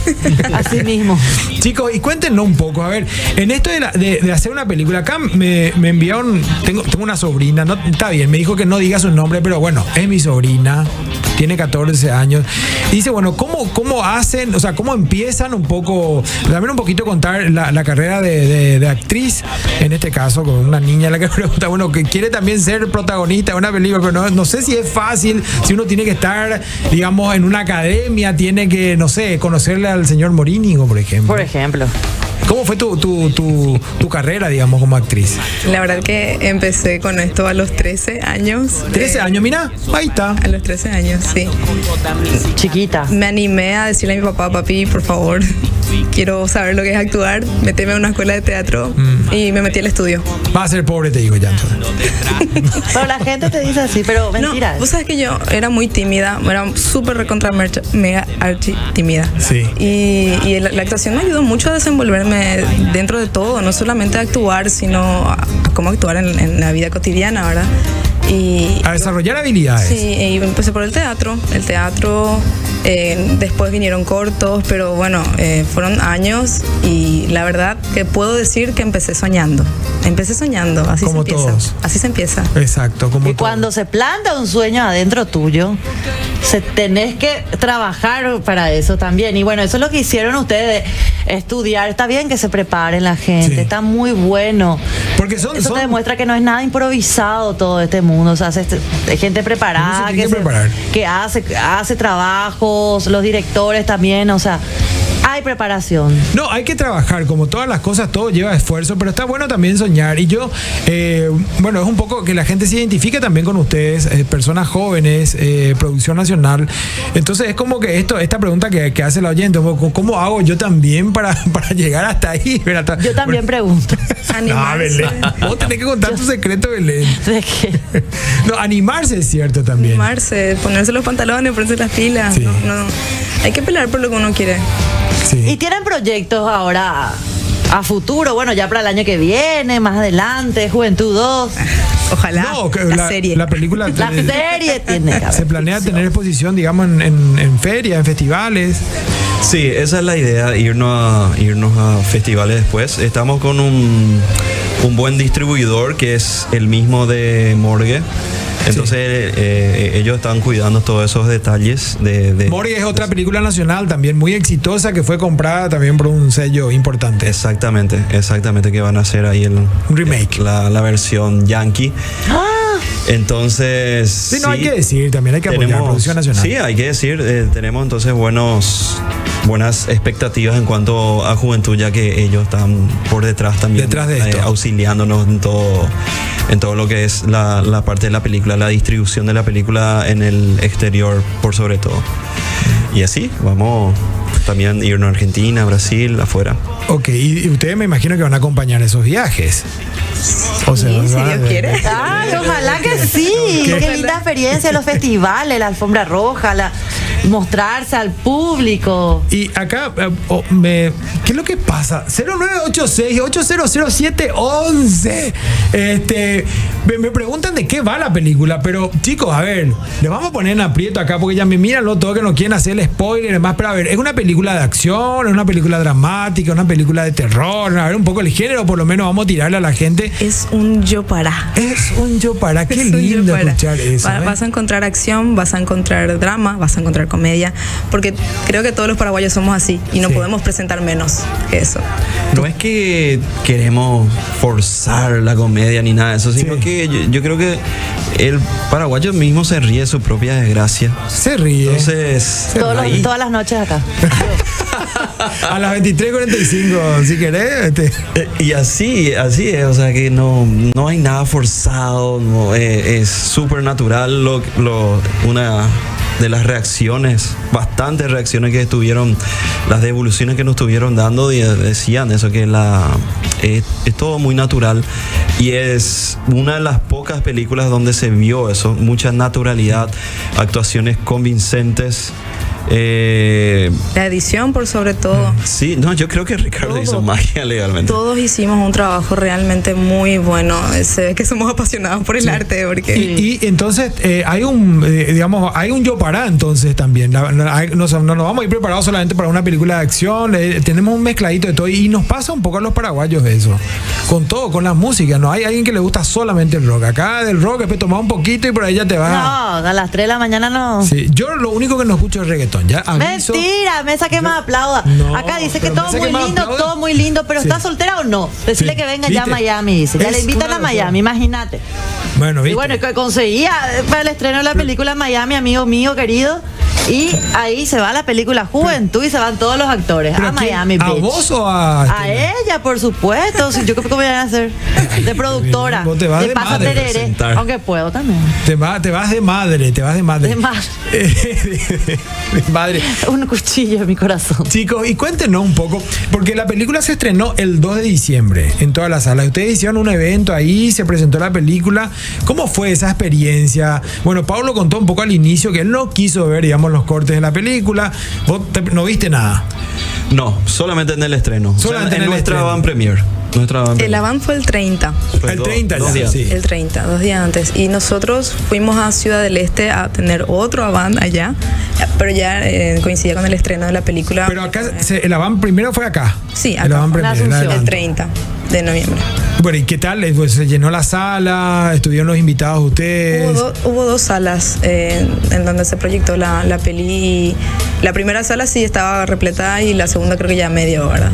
A: Así mismo.
B: Chicos, y cuéntenos un poco, a ver, en esto de, la- de- de hacer una película, acá me, me enviaron, tengo, tengo una sobrina, no, está bien, me dijo que no diga su nombre, pero bueno, es mi sobrina, tiene 14 años. Y dice, bueno, ¿cómo, ¿cómo hacen, o sea, cómo empiezan un poco, también un poquito contar la, la carrera de, de- de actriz, en este caso, con una niña a la que pregunta, bueno, que quiere también ser protagonista de una película, pero no, no sé si es fácil, si uno tiene que estar, digamos, en una academia, tiene que, no sé, conocerle al señor Morínigo, por ejemplo.
A: Por ejemplo.
B: ¿Cómo fue tu, tu, tu, tu carrera, digamos, como actriz?
E: La verdad que empecé con esto a los 13 años.
B: 13
E: Eh,
B: años, mira, ahí está.
E: A los 13 años, sí.
A: Chiquita.
E: Me animé a decirle a mi papá, papi, por favor, quiero saber lo que es actuar, meteme a una escuela de teatro
B: Mm.
E: y me metí al estudio.
B: Va a ser pobre, te digo ya. entonces.
A: Pero la gente te dice así, pero mentira.
E: No, vos sabes que yo era muy tímida, era súper recontra mercha- mega archi tímida.
B: Sí.
E: Y, y la, la actuación me ayudó mucho a desenvolverme dentro de todo, no solamente a actuar, sino a, a cómo actuar en, en la vida cotidiana, ¿verdad? Y
B: A desarrollar habilidades.
E: Sí, y empecé por el teatro. El teatro, eh, después vinieron cortos, pero bueno, eh, fueron años y la verdad que puedo decir que empecé soñando. Empecé soñando, así
B: Como
E: se empieza.
B: todos.
E: Así se empieza.
B: Exacto, como
A: Y
B: todo.
A: cuando se planta un sueño adentro tuyo, se tenés que trabajar para eso también. Y bueno, eso es lo que hicieron ustedes, estudiar. Está bien que se preparen la gente,
B: Sí.
A: está muy bueno.
B: Porque son-
A: eso
B: son-
A: te demuestra que no es nada improvisado todo este mundo. O sea, se- hay gente preparada
B: Uno se tiene que
A: se-
B: preparar.
A: que hace, hace trabajos, los directores también, o sea, hay preparación.
B: No, hay que trabajar, como todas las cosas, todo lleva esfuerzo, pero está bueno también soñar. Y yo, eh, bueno, es un poco que la gente se identifique también con ustedes, eh, personas jóvenes, eh, producción nacional. Entonces es como que esto, esta pregunta que, que hace la oyente, ¿cómo, cómo hago yo también para, para llegar hasta ahí? ¿Verdad?
A: Yo también pregunto.
B: No,
E: Animarse.
B: Belén, vos tenés que contar tu secreto, Belén.
A: ¿De qué?
B: No, animarse es cierto también.
E: Animarse, ponerse los pantalones, ponerse las pilas.
B: Sí.
E: No, no. Hay que pelear por lo que uno quiere.
B: Sí.
A: ¿Y tienen proyectos ahora a futuro? Bueno, ya para el año que viene, más adelante, Juventud 2.
E: Ojalá.
B: No, que
E: la,
B: la,
E: serie.
B: la película
A: La
B: eh,
A: serie tiene que
B: se
A: haber.
B: planea tener exposición, digamos, en, en, en ferias, en festivales.
F: Sí, esa es la idea, irnos a, irnos a festivales después. Estamos con un, un buen distribuidor que es el mismo de Morgue. Entonces eh, ellos están cuidando todos esos detalles de... de-
B: Morgue es otra película nacional también muy exitosa que fue comprada también por un sello importante.
F: Exactamente, exactamente que van a hacer ahí el
B: Un remake.
F: La, la versión yankee. Entonces...
B: Ah. Sí, no hay que decir, también hay que apoyar la producción nacional.
F: Sí, hay que decir, eh, tenemos entonces buenos, buenas expectativas en cuanto a juventud, ya que ellos están por detrás también, eh,
B: Detrás de esto.
F: auxiliándonos en todo, en todo lo que es la, la parte de la película, la distribución de la película en el exterior, por sobre todo. Y así, vamos también irnos a Argentina, Brasil, afuera.
B: Ok, y, y ustedes me imagino que van a acompañar esos viajes. O sea,
E: Sí, si
B: van-
E: Dios quiere.
A: Ay, ojalá que sí. Qué linda experiencia, los festivales, la alfombra roja, la, mostrarse al público.
B: Y acá, eh, oh, me- ¿qué es lo que pasa? 0986-800711. Este, me, me preguntan de qué va la película, pero chicos, a ver, le vamos a poner en aprieto acá porque ya me miran lo todo que no quieren hacer el spoiler y demás. Pero a ver, ¿es una película de acción? ¿Es una película dramática? ¿Una película de terror? A ver, un poco el género, por lo menos vamos a tirarle a la gente.
E: Es un yo para.
B: Es un yo para, qué
E: Soy yo
B: lindo
E: para.
B: escuchar eso.
E: Va-
B: ¿eh?
E: Vas a encontrar acción, vas a encontrar drama, vas a encontrar comedia, porque creo que todos los paraguayos somos así y no
B: Sí.
E: podemos presentar menos que eso.
F: No es que queremos forzar la comedia ni nada de eso, sino
B: Sí.
F: que yo, yo creo que el paraguayo mismo se ríe de su propia desgracia.
B: Se ríe.
F: Entonces,
A: Todos los-
F: ahí-
A: todas las noches acá.
B: A las 23.45, si querés. este.
F: eh, y así, así es, o sea que no, no hay nada forzado, no, eh, es súper natural lo, lo- una de las reacciones, bastantes reacciones que estuvieron, las devoluciones que nos estuvieron dando de- decían eso, que la, es, es todo muy natural y es una de las pocas películas donde se vio eso, mucha naturalidad, actuaciones convincentes. eh,
E: La edición, por sobre todo.
B: Mm.
F: Sí, no, yo creo que Ricardo hizo magia legalmente.
E: Todos hicimos un trabajo realmente muy bueno. Se ve que somos apasionados por el arte, porque
B: Eh, Y, y entonces eh, hay un eh, digamos hay un yo para entonces también La- la- hay- no, no nos vamos a ir preparados solamente para una película de acción eh, tenemos un mezcladito de todo y nos pasa un poco a los paraguayos eso con todo con las músicas no hay alguien que le gusta solamente el rock acá del rock es tomar un poquito y por ahí ya te vas
A: No, a las 3 de la mañana no.
B: Ah. Sí, yo lo único que no escucho es reggaetón ya aviso.
A: Mentira, mesa que más aplauda.
B: No,
A: Acá dice que
B: pero
A: todo
B: mesa que
A: muy
B: más
A: lindo,
B: aplauda.
A: todo muy lindo, pero
B: Sí.
A: ¿está soltera o no? Decirle
B: Sí.
A: que venga ya a
B: ¿Viste?
A: Miami, dice. Ya
B: Es
A: le invitan
B: una
A: a Miami, imagínate.
B: bueno
A: Y
B: ¿viste?
A: bueno, y que conseguía eh, para el estreno de la película Miami, amigo mío querido. Y ahí se va la película Juventud y se van todos los actores
B: ¿Pero
A: a
B: quién?
A: Miami.
B: a
A: bitch.
B: vos o a,
A: A ella, por supuesto. Si yo creo que voy a hacer de productora.
B: Vos te vas
A: de
B: de
A: pasa
B: madre a
A: tereré,
F: presentar.
A: aunque puedo también.
B: te, va- te vas de madre te vas de madre
A: De madre.
B: Eh, de- de madre
A: Un cuchillo en mi corazón.
B: Chicos, y cuéntenos un poco, porque la película se estrenó el 2 de diciembre en todas las salas. Ustedes hicieron un evento ahí, se presentó la película. ¿Cómo fue esa experiencia? Bueno, Pablo contó un poco al inicio que él no quiso ver, digamos, los cortes de la película. Vos te- no viste nada.
F: No, solamente en el estreno. O sea,
B: Solamente en
F: en,
B: el
F: nuestra
B: estreno.
F: van premier. Nuestra van
E: El Aván fue el 30.
F: fue
B: El
F: dos-
B: 30
F: dos
B: ya,
F: días.
B: sí.
E: El 30, dos días antes. Y nosotros fuimos a Ciudad del Este a tener otro Aván allá, pero ya eh, coincidía con el estreno de la película.
B: Pero acá, se- el Avan primero fue acá.
E: Sí,
B: El
E: acá,
B: Avan
E: en
B: primero. el
A: Asunción.
B: adelanto.
E: el 30 de noviembre.
B: Bueno, ¿y qué tal? Eh, Pues, se llenó la sala, estuvieron los invitados ustedes.
E: Hubo, do- hubo dos salas eh, en donde se proyectó la, la peli. La primera sala sí estaba repleta y la segunda creo que ya media hora.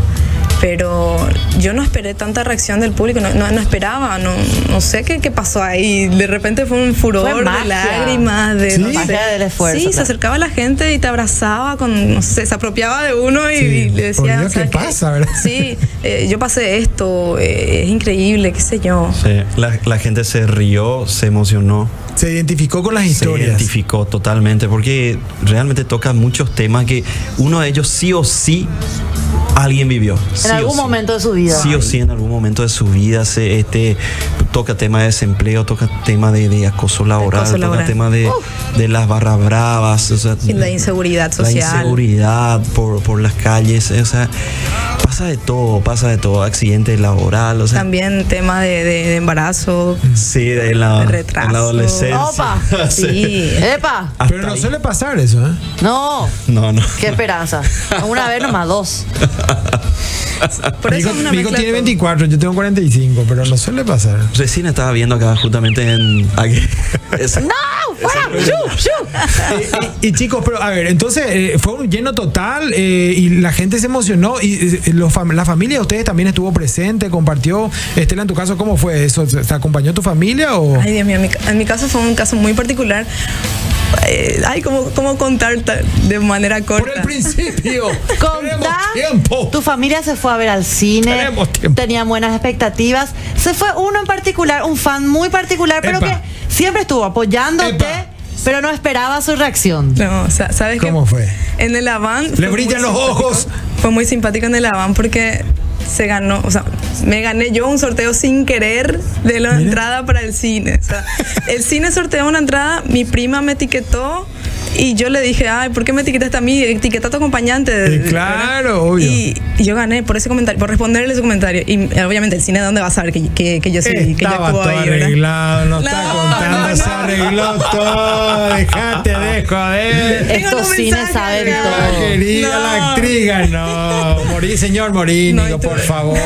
E: Pero yo no esperé tanta reacción del público, no, no- no esperaba, no, no sé qué, qué pasó ahí. De repente fue un furor
A: Fue magia.
E: de lágrimas, de.
B: Sí.
E: no sé.
A: Magia del esfuerzo,
E: Sí, se
A: claro.
E: acercaba la gente y te abrazaba, con, no sé, se apropiaba de uno y,
B: Sí,
E: y le
B: por
E: decía.
B: Dios,
E: ¿sabes
B: ¿qué pasa, verdad?
E: Sí, eh, yo pasé esto, eh, es increíble, qué sé yo.
F: Sí, la, la gente se rió, se emocionó,
B: Se identificó con las
F: se
B: historias.
F: identificó totalmente, porque realmente toca muchos temas que uno de ellos sí o sí alguien vivió. sí
A: En
F: o
A: algún
F: sí.
A: momento de su vida.
F: Sí o sí, en algún momento de su vida se, este, toca tema de desempleo, toca tema de, de acoso laboral,
E: Acoso
F: toca
E: laboral.
F: tema de, de las barras bravas. o sea,
E: Y la inseguridad social.
F: La inseguridad por, por las calles. O sea, pasa de todo, pasa de todo. Accidente laboral, o sea,
E: También tema de, de- de embarazo.
F: sí, de la,
E: de
F: en
E: retraso.
F: la adolescencia.
A: Opa.
E: Sí.
A: ¡Epa!
F: Hasta
B: Pero no
F: ahí.
B: suele pasar eso, ¿eh?
A: No,
F: No, no.
A: qué esperanza. Una vez nomás dos.
E: Por eso es
B: Vico-
E: una
B: Vico
E: mezcla
B: tiene
E: de todo.
B: 24, yo tengo 45, pero no suele pasar.
F: Recién estaba viendo acá justamente en... Aquí. Esa-
A: ¡No! ¡Fuera! ¡Shu! ¡Shu!
B: Eh, Y chicos, pero a ver, entonces eh, fue un lleno total eh, y la gente se emocionó y eh, los fam- la familia de ustedes también estuvo presente, compartió. Estela, en tu caso, ¿cómo fue eso? ¿Se- ¿Te acompañó tu familia o...?
E: Ay, Dios mío, en mi, ca- en mi caso fue un caso muy particular. Eh, ay, ¿cómo, cómo contar ta- de manera corta?
B: Por el principio.
A: Contá,
B: Tenemos tiempo.
A: tu familia se fue a ver al cine,
B: Tenemos tiempo.
A: tenían buenas expectativas. Se fue uno en particular, un fan muy particular, pero
B: Epa.
A: que siempre estuvo apoyándote,
B: Epa.
A: pero no esperaba su reacción.
E: No, sa- ¿sabes qué?
B: ¿Cómo fue?
E: En el Aván.
B: Le brillan los ojos.
E: Fue muy simpático en el Aván porque se ganó, o sea, me gané yo un sorteo sin querer de la entrada para el cine. O sea, el cine sorteó una entrada, mi prima me etiquetó y yo le dije, ay, ¿por qué me etiquetaste a mí? Etiqueta a tu acompañante.
B: Eh, claro, obvio.
E: Y, y yo gané por ese comentario, por responderle su comentario. Y eh, obviamente el cine, ¿dónde va a saber que, que, que yo soy? que yo
B: Estaba
E: actúo
B: todo
E: ahí, ¿verdad?
B: arreglado, no, está
E: No,
B: contando,
E: no,
B: se
E: no.
B: arregló todo, dejate de joder.
E: Tengo
A: Estos
E: los
A: cines
E: mensajes,
A: saben
E: ¿verdad?
B: Ah,
A: todo.
B: querida
E: No.
B: la actriz, no. Morí, señor Morínigo,
E: No, y tú-
B: por favor.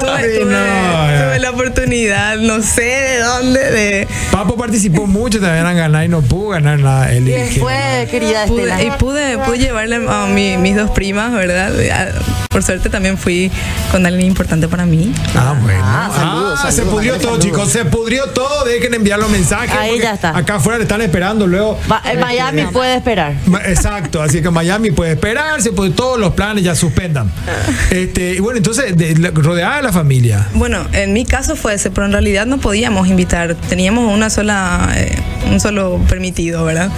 E: tuve, tuve-
B: No.
E: tuve la oportunidad, no sé de dónde, de...
B: Papo participó mucho, también a ganar y no pudo ganar nada. Él
A: Y
B: dije,
A: después, querida Estela.
E: Pude, y pude, pude llevarle a mi- mis dos primas, ¿verdad? A- Por suerte también fui con alguien importante para mí.
B: Ah, bueno.
A: Ah, saludos,
B: Ah,
A: saludos,
B: se pudrió
A: mandale
B: todo,
A: saludos.
B: chicos. Se pudrió todo. Dejen enviar los mensajes.
A: Ahí
B: porque
A: ya está.
B: Acá afuera le están esperando luego. Este,
A: Va- en Miami puede esperar.
B: Ma- Exacto, así que Miami puede esperarse, pues todos los planes ya suspendan.
A: Ah.
B: Este, y bueno, entonces, de- la- rodeada de la familia.
E: Bueno, en mi caso fue ese, pero en realidad no podíamos invitar. Teníamos una sola, eh, un solo permitido, ¿verdad?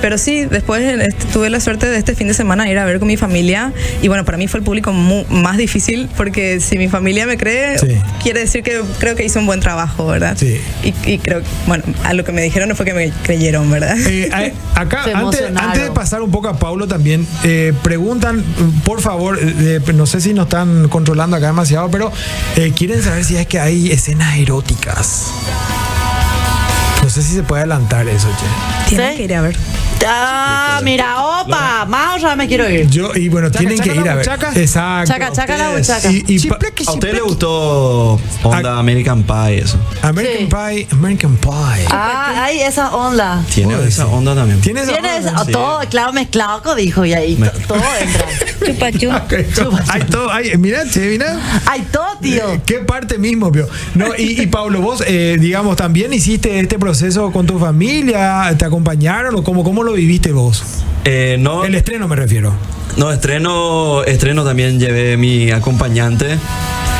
E: Pero sí, después eh, este, tuve la suerte de este fin de semana ir a ver con mi familia. Y bueno, para mí fue el público mu- más difícil porque si mi familia me cree,
B: Sí.
E: quiere decir que creo que hice un buen trabajo, ¿verdad?
B: Sí.
E: Y, y creo, bueno, a lo que me dijeron no fue que me creyeron, ¿verdad?
B: Eh, a- acá,
A: Se
B: antes,
A: emocionaron.
B: antes de pasar un poco a Paulo también, eh, preguntan, por favor, eh, no sé si nos están controlando acá demasiado, pero eh, quieren saber si es que hay escenas eróticas. No sé si se puede adelantar eso, che.
E: Tienen
A: ¿Sí?
E: que ir a ver.
A: Ah, mira, opa, más allá me quiero ir.
B: Yo, y bueno, tienen
G: chaca,
B: que ir
G: la
B: a ver.
G: buchaca.
B: Exacto.
A: Chaca, chaca la
F: ustedes.
A: buchaca.
B: Y, y pa-
F: ¿A usted le gustó Onda
B: Ah.
F: American Pie eso?
B: American
A: Sí.
B: Pie, American Pie.
A: Ah, hay esa onda.
F: Tiene
B: Puede
F: esa
B: ser.
F: onda también.
B: ¿Tienes
A: Tienes
B: esa-
F: sí.
A: todo, claro, mezclado, co- dijo, y ahí
F: Me-
A: to- todo entra. pues,
B: Hay todo, hay, mira, che, mira.
A: Hay todo, tío.
B: Eh, ¿Qué parte mismo, Pio? No, y, y Pablo, vos, eh, digamos, también hiciste este proceso con tu familia, ¿te acompañaron o cómo, cómo lo viviste vos?
F: Eh, no,
B: El estreno me refiero.
F: no, estreno, estreno también llevé mi acompañante.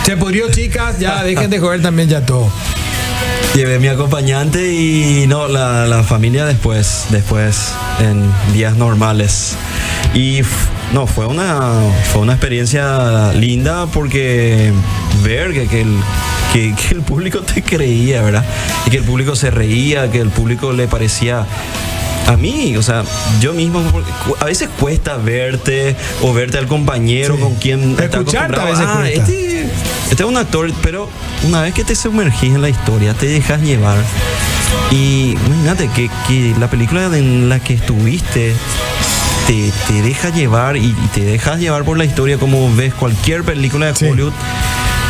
B: Se pudrió, chicas, ya dejen de joder también ya todo.
F: Llevé mi acompañante y no, la, la familia después, después, en días normales. Y f- no, fue una, fue una experiencia linda porque ver que, que el, que, que el público te creía, ¿verdad? Y que el público se reía, que el público le parecía a mí, o sea, yo mismo, porque cu- a veces cuesta verte o verte al compañero
B: Sí.
F: con quien está
B: Escucharte a
F: acostumbrado.
B: veces
F: Ah,
B: cuesta.
F: este, este es un actor, pero una vez que te sumergís en la historia, te dejas llevar. Y imagínate que, que la película en la que estuviste te, te deja llevar y, y te dejas llevar por la historia como ves cualquier película de
B: Sí.
F: Hollywood.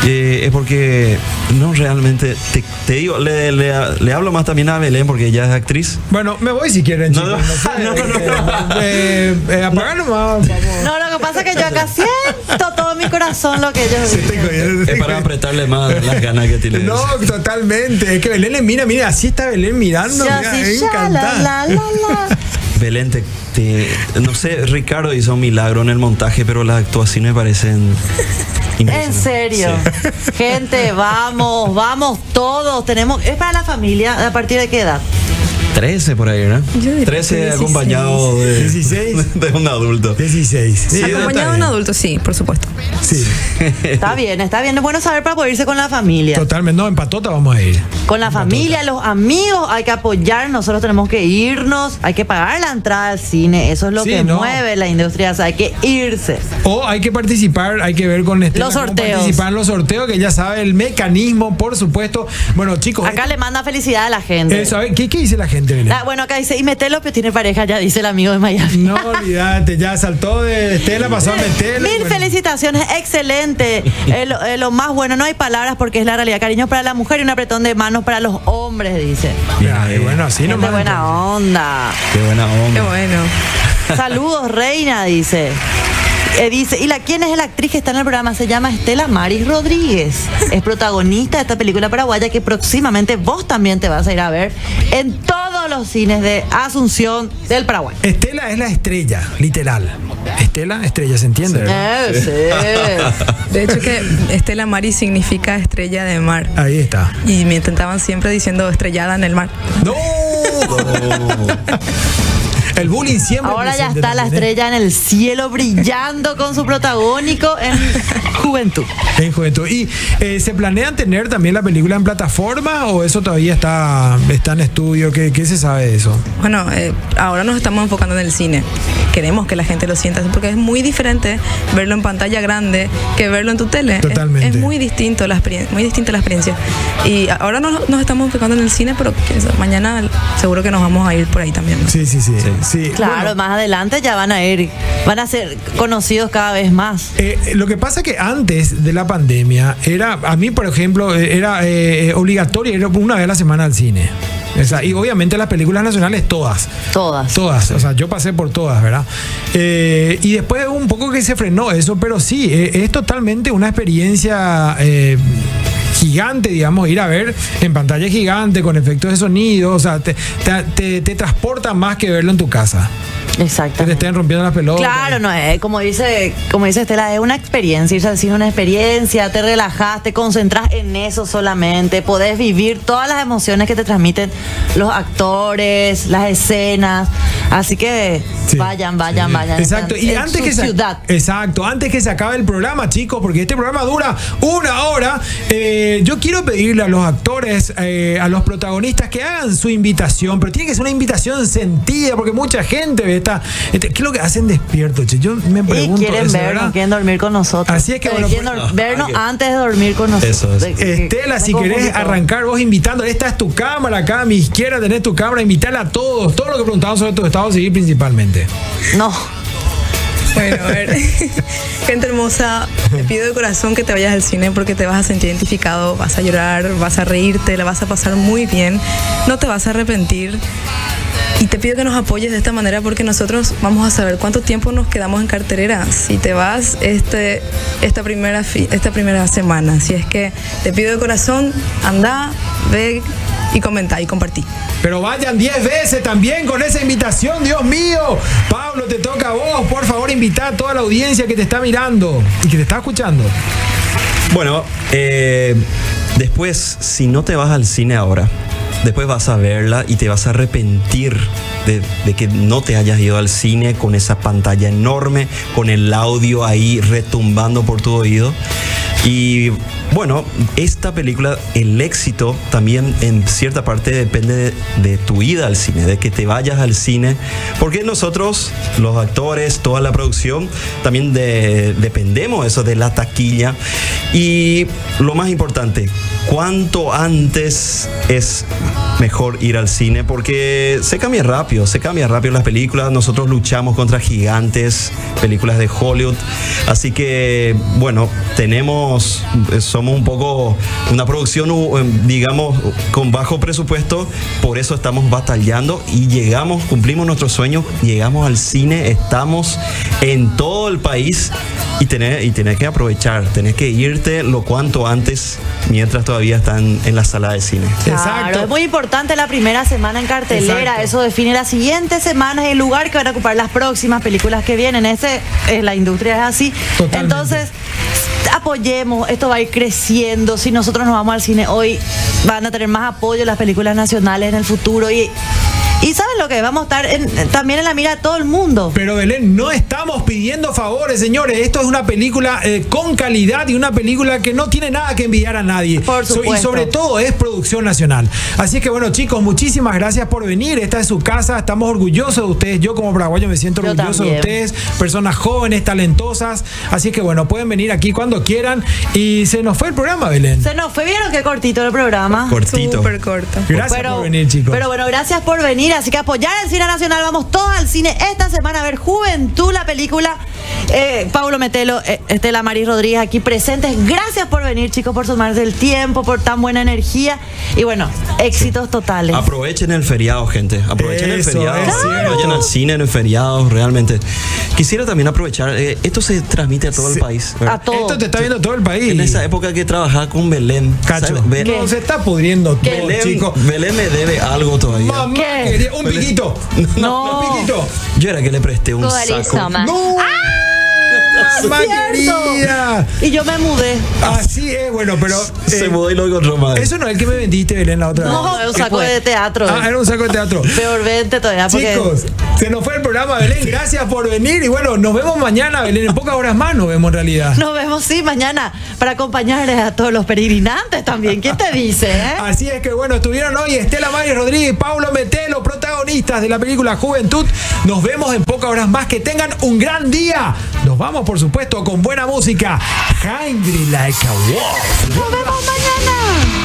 F: eh, es porque no realmente te, te digo, le, le- le hablo más también a Belén porque ella es actriz.
B: Bueno, me voy si quieren,
F: No,
B: chicos.
F: no,
B: no,
F: no,
B: sé, eh,
F: no,
B: eh, eh, apagar nomás, vamos.
A: No, lo que pasa es que yo acá siento todo mi corazón lo que ellos
B: Sí,
A: dicen.
B: te jodieron, te
F: Es para
B: jodieron.
F: apretarle más las ganas que tiene.
B: No, totalmente. Es que Belén le mira, mira, así está Belén
A: Yo
B: mirando. mira,
A: así,
B: es
A: ya, la,
B: encantada.
A: la, la, la.
F: Belén, te, te- no sé, Ricardo hizo un milagro en el montaje, pero las actuaciones parecen.
A: En
F: impresionantes.
A: serio.
F: Sí.
A: Gente, vamos, vamos todos. Tenemos, es para la familia, ¿a partir de qué edad?
F: 13 por ahí, ¿no?
E: Yo
F: 13
E: diría que 16.
F: acompañado de,
B: 16.
F: de un adulto.
B: 16. Sí,
E: Acompañado de un
B: está
E: adulto, sí, por supuesto.
B: bien. Sí,
A: Está bien, está bien. Es bueno saber para poder irse con la familia.
B: totalmente. No, en patota vamos a ir.
A: Con la familia,
B: Tota.
A: los amigos, hay que apoyar. Nosotros tenemos que irnos. Hay que pagar la entrada al cine. Eso es lo
B: Sí,
A: que
B: ¿no?
A: mueve la industria. O sea, hay que irse.
B: O hay que participar, hay que ver con Estela
A: Los
B: cómo
A: sorteos.
B: Participar en los sorteos, que ya sabe el mecanismo, por supuesto. Bueno, chicos,
A: Acá le manda felicidad a la gente.
B: eso, a ver, ¿qué, qué dice la gente, Belén?
A: Ah, bueno, acá dice, y Metelo, que tiene pareja, ya dice el amigo de Miami.
B: No olvidate, ya saltó de Estela, pasó a Estela.
A: Mil
B: bueno.
A: felicitaciones, excelente. Eh, lo, eh, lo más bueno, no hay palabras porque es la realidad. Cariños para la mujer y un apretón de manos para los hombres, dice.
B: Ay, bueno, así
A: Gente
B: nomás.
A: buena onda.
F: Qué buena
E: Qué
F: onda.
E: bueno.
A: Saludos, reina, dice. Eh, dice, ¿y la quién es la actriz que está en el programa? Se llama Estela Maris Rodríguez. Es protagonista de esta película paraguaya que próximamente vos también te vas a ir a ver en todos los cines de Asunción del Paraguay.
B: Estela es la estrella, literal. Estela, estrella, ¿se entiende? verdad?
A: Eh, sí.
E: De hecho que Estela Mari significa estrella de mar.
B: Ahí está.
A: Eh.
E: Y me intentaban siempre diciendo estrellada en el mar.
B: ¡No! El bullying siempre.
A: Ahora ya
B: presente
A: está la
B: también, ¿eh?
A: estrella en el cielo brillando con su protagónico en Juventud.
B: En juventud. ¿Y eh, se planean tener también la película en plataforma o eso todavía está, está en estudio? ¿Qué, qué se sabe de eso?
E: Bueno, eh, ahora nos estamos enfocando en el cine. Queremos que la gente lo sienta, porque es muy diferente verlo en pantalla grande que verlo en tu tele. Es-
B: Totalmente.
E: Es, muy distinto la experiencia, muy distinta la experiencia. Y ahora nos, nos estamos enfocando en el cine, pero quién sabe, mañana seguro que nos vamos a ir por ahí también. ¿no?
B: Sí, sí, sí. sí.
A: Claro,
B: Bueno,
A: más adelante ya van a ir, van a ser conocidos cada vez más.
B: Eh, lo que pasa que antes de la pandemia era, a mí por ejemplo, eh, era eh, obligatorio ir una vez a la semana al cine. O sea, y obviamente las películas nacionales todas.
A: Todas.
B: Todas, o sea, yo pasé por todas, ¿verdad? Eh, y después un poco que se frenó eso, pero sí, eh, es totalmente una experiencia eh, gigante, digamos, ir a ver en pantalla gigante, con efectos de sonido, o sea, te, te- te- te transporta más que verlo en tu casa. Que te
A: Exactamente.
B: estén rompiendo las pelotas.
A: este Claro, no, eh, como dice, como dice Estela, es una experiencia, irse al cine es una experiencia, te relajas, te concentras en eso solamente, podés vivir todas las emociones que te transmiten los actores, las escenas, así que
B: Sí.
A: vayan, vayan, vayan.
B: Exacto,
A: están
B: y
A: en
B: antes
A: su
B: que, se,
A: ciudad.
B: exacto, antes que se acabe el programa, chicos, porque este programa dura una hora, eh, yo quiero pedirle a los actores, eh, a los protagonistas que hagan su invitación, pero tiene que ser una invitación sentida, porque mucha gente ve esta... este- ¿Qué es lo que hacen despierto, che? Yo me
A: Y
B: pregunto...
A: quieren
B: eso, ¿verdad?
A: vernos, quieren dormir con nosotros.
B: Así es que,
A: Eh,
B: bueno,
A: quieren
B: pues-
A: dor- vernos
F: hay que-
A: antes de dormir con nosotros.
F: Eso es.
A: De- de-
B: Estela,
A: me
B: si
A: confundí
B: querés
A: todo.
B: arrancar vos invitando, esta es tu cámara, acá a mi izquierda tenés tu cámara, invitar a todos, todo lo que preguntamos sobre tu estado civil principalmente.
A: No.
E: Bueno, a ver. Gente hermosa, te pido de corazón que te vayas al cine porque te vas a sentir identificado, vas a llorar, vas a reírte, la vas a pasar muy bien, no te vas a arrepentir. Y te pido que nos apoyes de esta manera porque nosotros vamos a saber cuánto tiempo nos quedamos en carterera si te vas este, esta, primera fi- esta primera semana. Así es que te pido de corazón, anda, ve y comenta y compartí.
B: Pero vayan 10 veces también con esa invitación, Dios mío. Pablo, te toca a vos. Por favor, invita a toda la audiencia que te está mirando y que te está escuchando.
F: Bueno, eh, después, si no te vas al cine ahora, después vas a verla y te vas a arrepentir de, de que no te hayas ido al cine con esa pantalla enorme, con el audio ahí retumbando por tu oído. Y bueno, esta película, el éxito también en cierta parte depende de, de tu ida al cine, de que te vayas al cine, porque nosotros, los actores, toda la producción, también de- dependemos eso de la taquilla. Y lo más importante, cuanto antes es mejor ir al cine porque se cambia rápido, se cambia rápido las películas. Nosotros luchamos contra gigantes, películas de Hollywood. Así que, bueno, tenemos, eh, somos un poco una producción, u- em, digamos, con bajo presupuesto. Por eso estamos batallando y llegamos, cumplimos nuestros sueños, llegamos al cine, estamos en todo el país y tenés, y tenés que aprovechar, tenés que irte lo cuanto antes mientras todavía están en la sala de cine.
A: Claro, es muy importante la primera semana en cartelera.
B: Exacto.
A: Eso define las siguientes semanas y el lugar que van a ocupar las próximas películas que vienen. Ese, eh, la industria es así.
B: Totalmente.
A: Entonces, apoyemos. Esto va a ir creciendo. Si nosotros nos vamos al cine hoy, van a tener más apoyo las películas nacionales en el futuro. Y, y ¿saben lo que? Vamos a estar en- también en la mira de todo el mundo.
B: Pero Belén, no estamos pidiendo favores, señores. Esto es una película eh, con calidad y una película que no tiene nada que envidiar a nadie.
A: Por
B: So- Y
A: supuesto.
B: sobre todo es producción nacional. Así que bueno, chicos, muchísimas gracias por venir. Esta es su casa. Estamos orgullosos de ustedes. Yo como paraguayo me siento
A: Yo
B: orgulloso de
A: también.
B: ustedes. Personas jóvenes, talentosas. Así que bueno, pueden venir aquí cuando quieran. Y se nos fue el programa, Belén.
A: Se nos fue, vieron qué cortito el programa.
F: Cortito.
E: Súper corto.
B: Gracias por venir, chicos.
A: Pero bueno, gracias por venir. Así que apoyar el cine nacional. Vamos todos al cine esta semana a ver Juventud, la película. Eh, Pablo Metelo, eh, Estela Maris Rodríguez aquí presentes. Gracias por venir, chicos, por sumarse el tiempo, por tan buena energía. Y bueno, éxitos totales.
F: Aprovechen el feriado, gente. Aprovechen el
B: Eso,
F: feriado.
B: es cierto.
F: Vayan al cine en el feriado, realmente. Quisiera también aprovechar. eh, esto se transmite a todo el
B: Sí.
F: país.
A: A
F: ¿verdad?
A: todo.
B: Esto te está viendo todo el país.
F: En esa época que trabajaba con Belén.
B: Cacho.
F: ¿sabes? Be-
B: No, se está pudriendo todo,
F: Belén,
B: chicos.
F: Belén me debe algo todavía.
B: Mamá,
A: ¿Qué?
B: quería un piquito.
A: No. Ah.
B: Un piquito.
F: Yo era que le presté un
G: Todo listo,
F: saco.
G: ma.
B: No. Mamá
A: ¡Cierto!
B: querida.
A: Y yo me mudé.
B: Así es, bueno, pero.
F: Se
B: eh,
F: mudó y lo encontró madre.
B: eso no es el que me vendiste, Belén, la otra
A: No,
B: vez.
A: era un saco
G: fue?
A: de teatro.
B: Ah, era un saco de teatro.
A: Peor vente todavía. Porque
B: Chicos, se nos fue el programa, Belén. Gracias por venir. Y bueno, nos vemos mañana, Belén. En pocas horas más nos vemos en realidad.
A: nos vemos, sí, mañana para acompañar a todos los peregrinantes también. ¿Quién te dice, eh?
B: Así es que bueno, estuvieron hoy Estela Maris Rodríguez y Pablo Metelo, protagonistas de la película Juventud. Nos vemos en pocas horas más. Que tengan un gran día. Nos vamos, por supuesto, con buena música. Hungry Like a Wolf. Nos vemos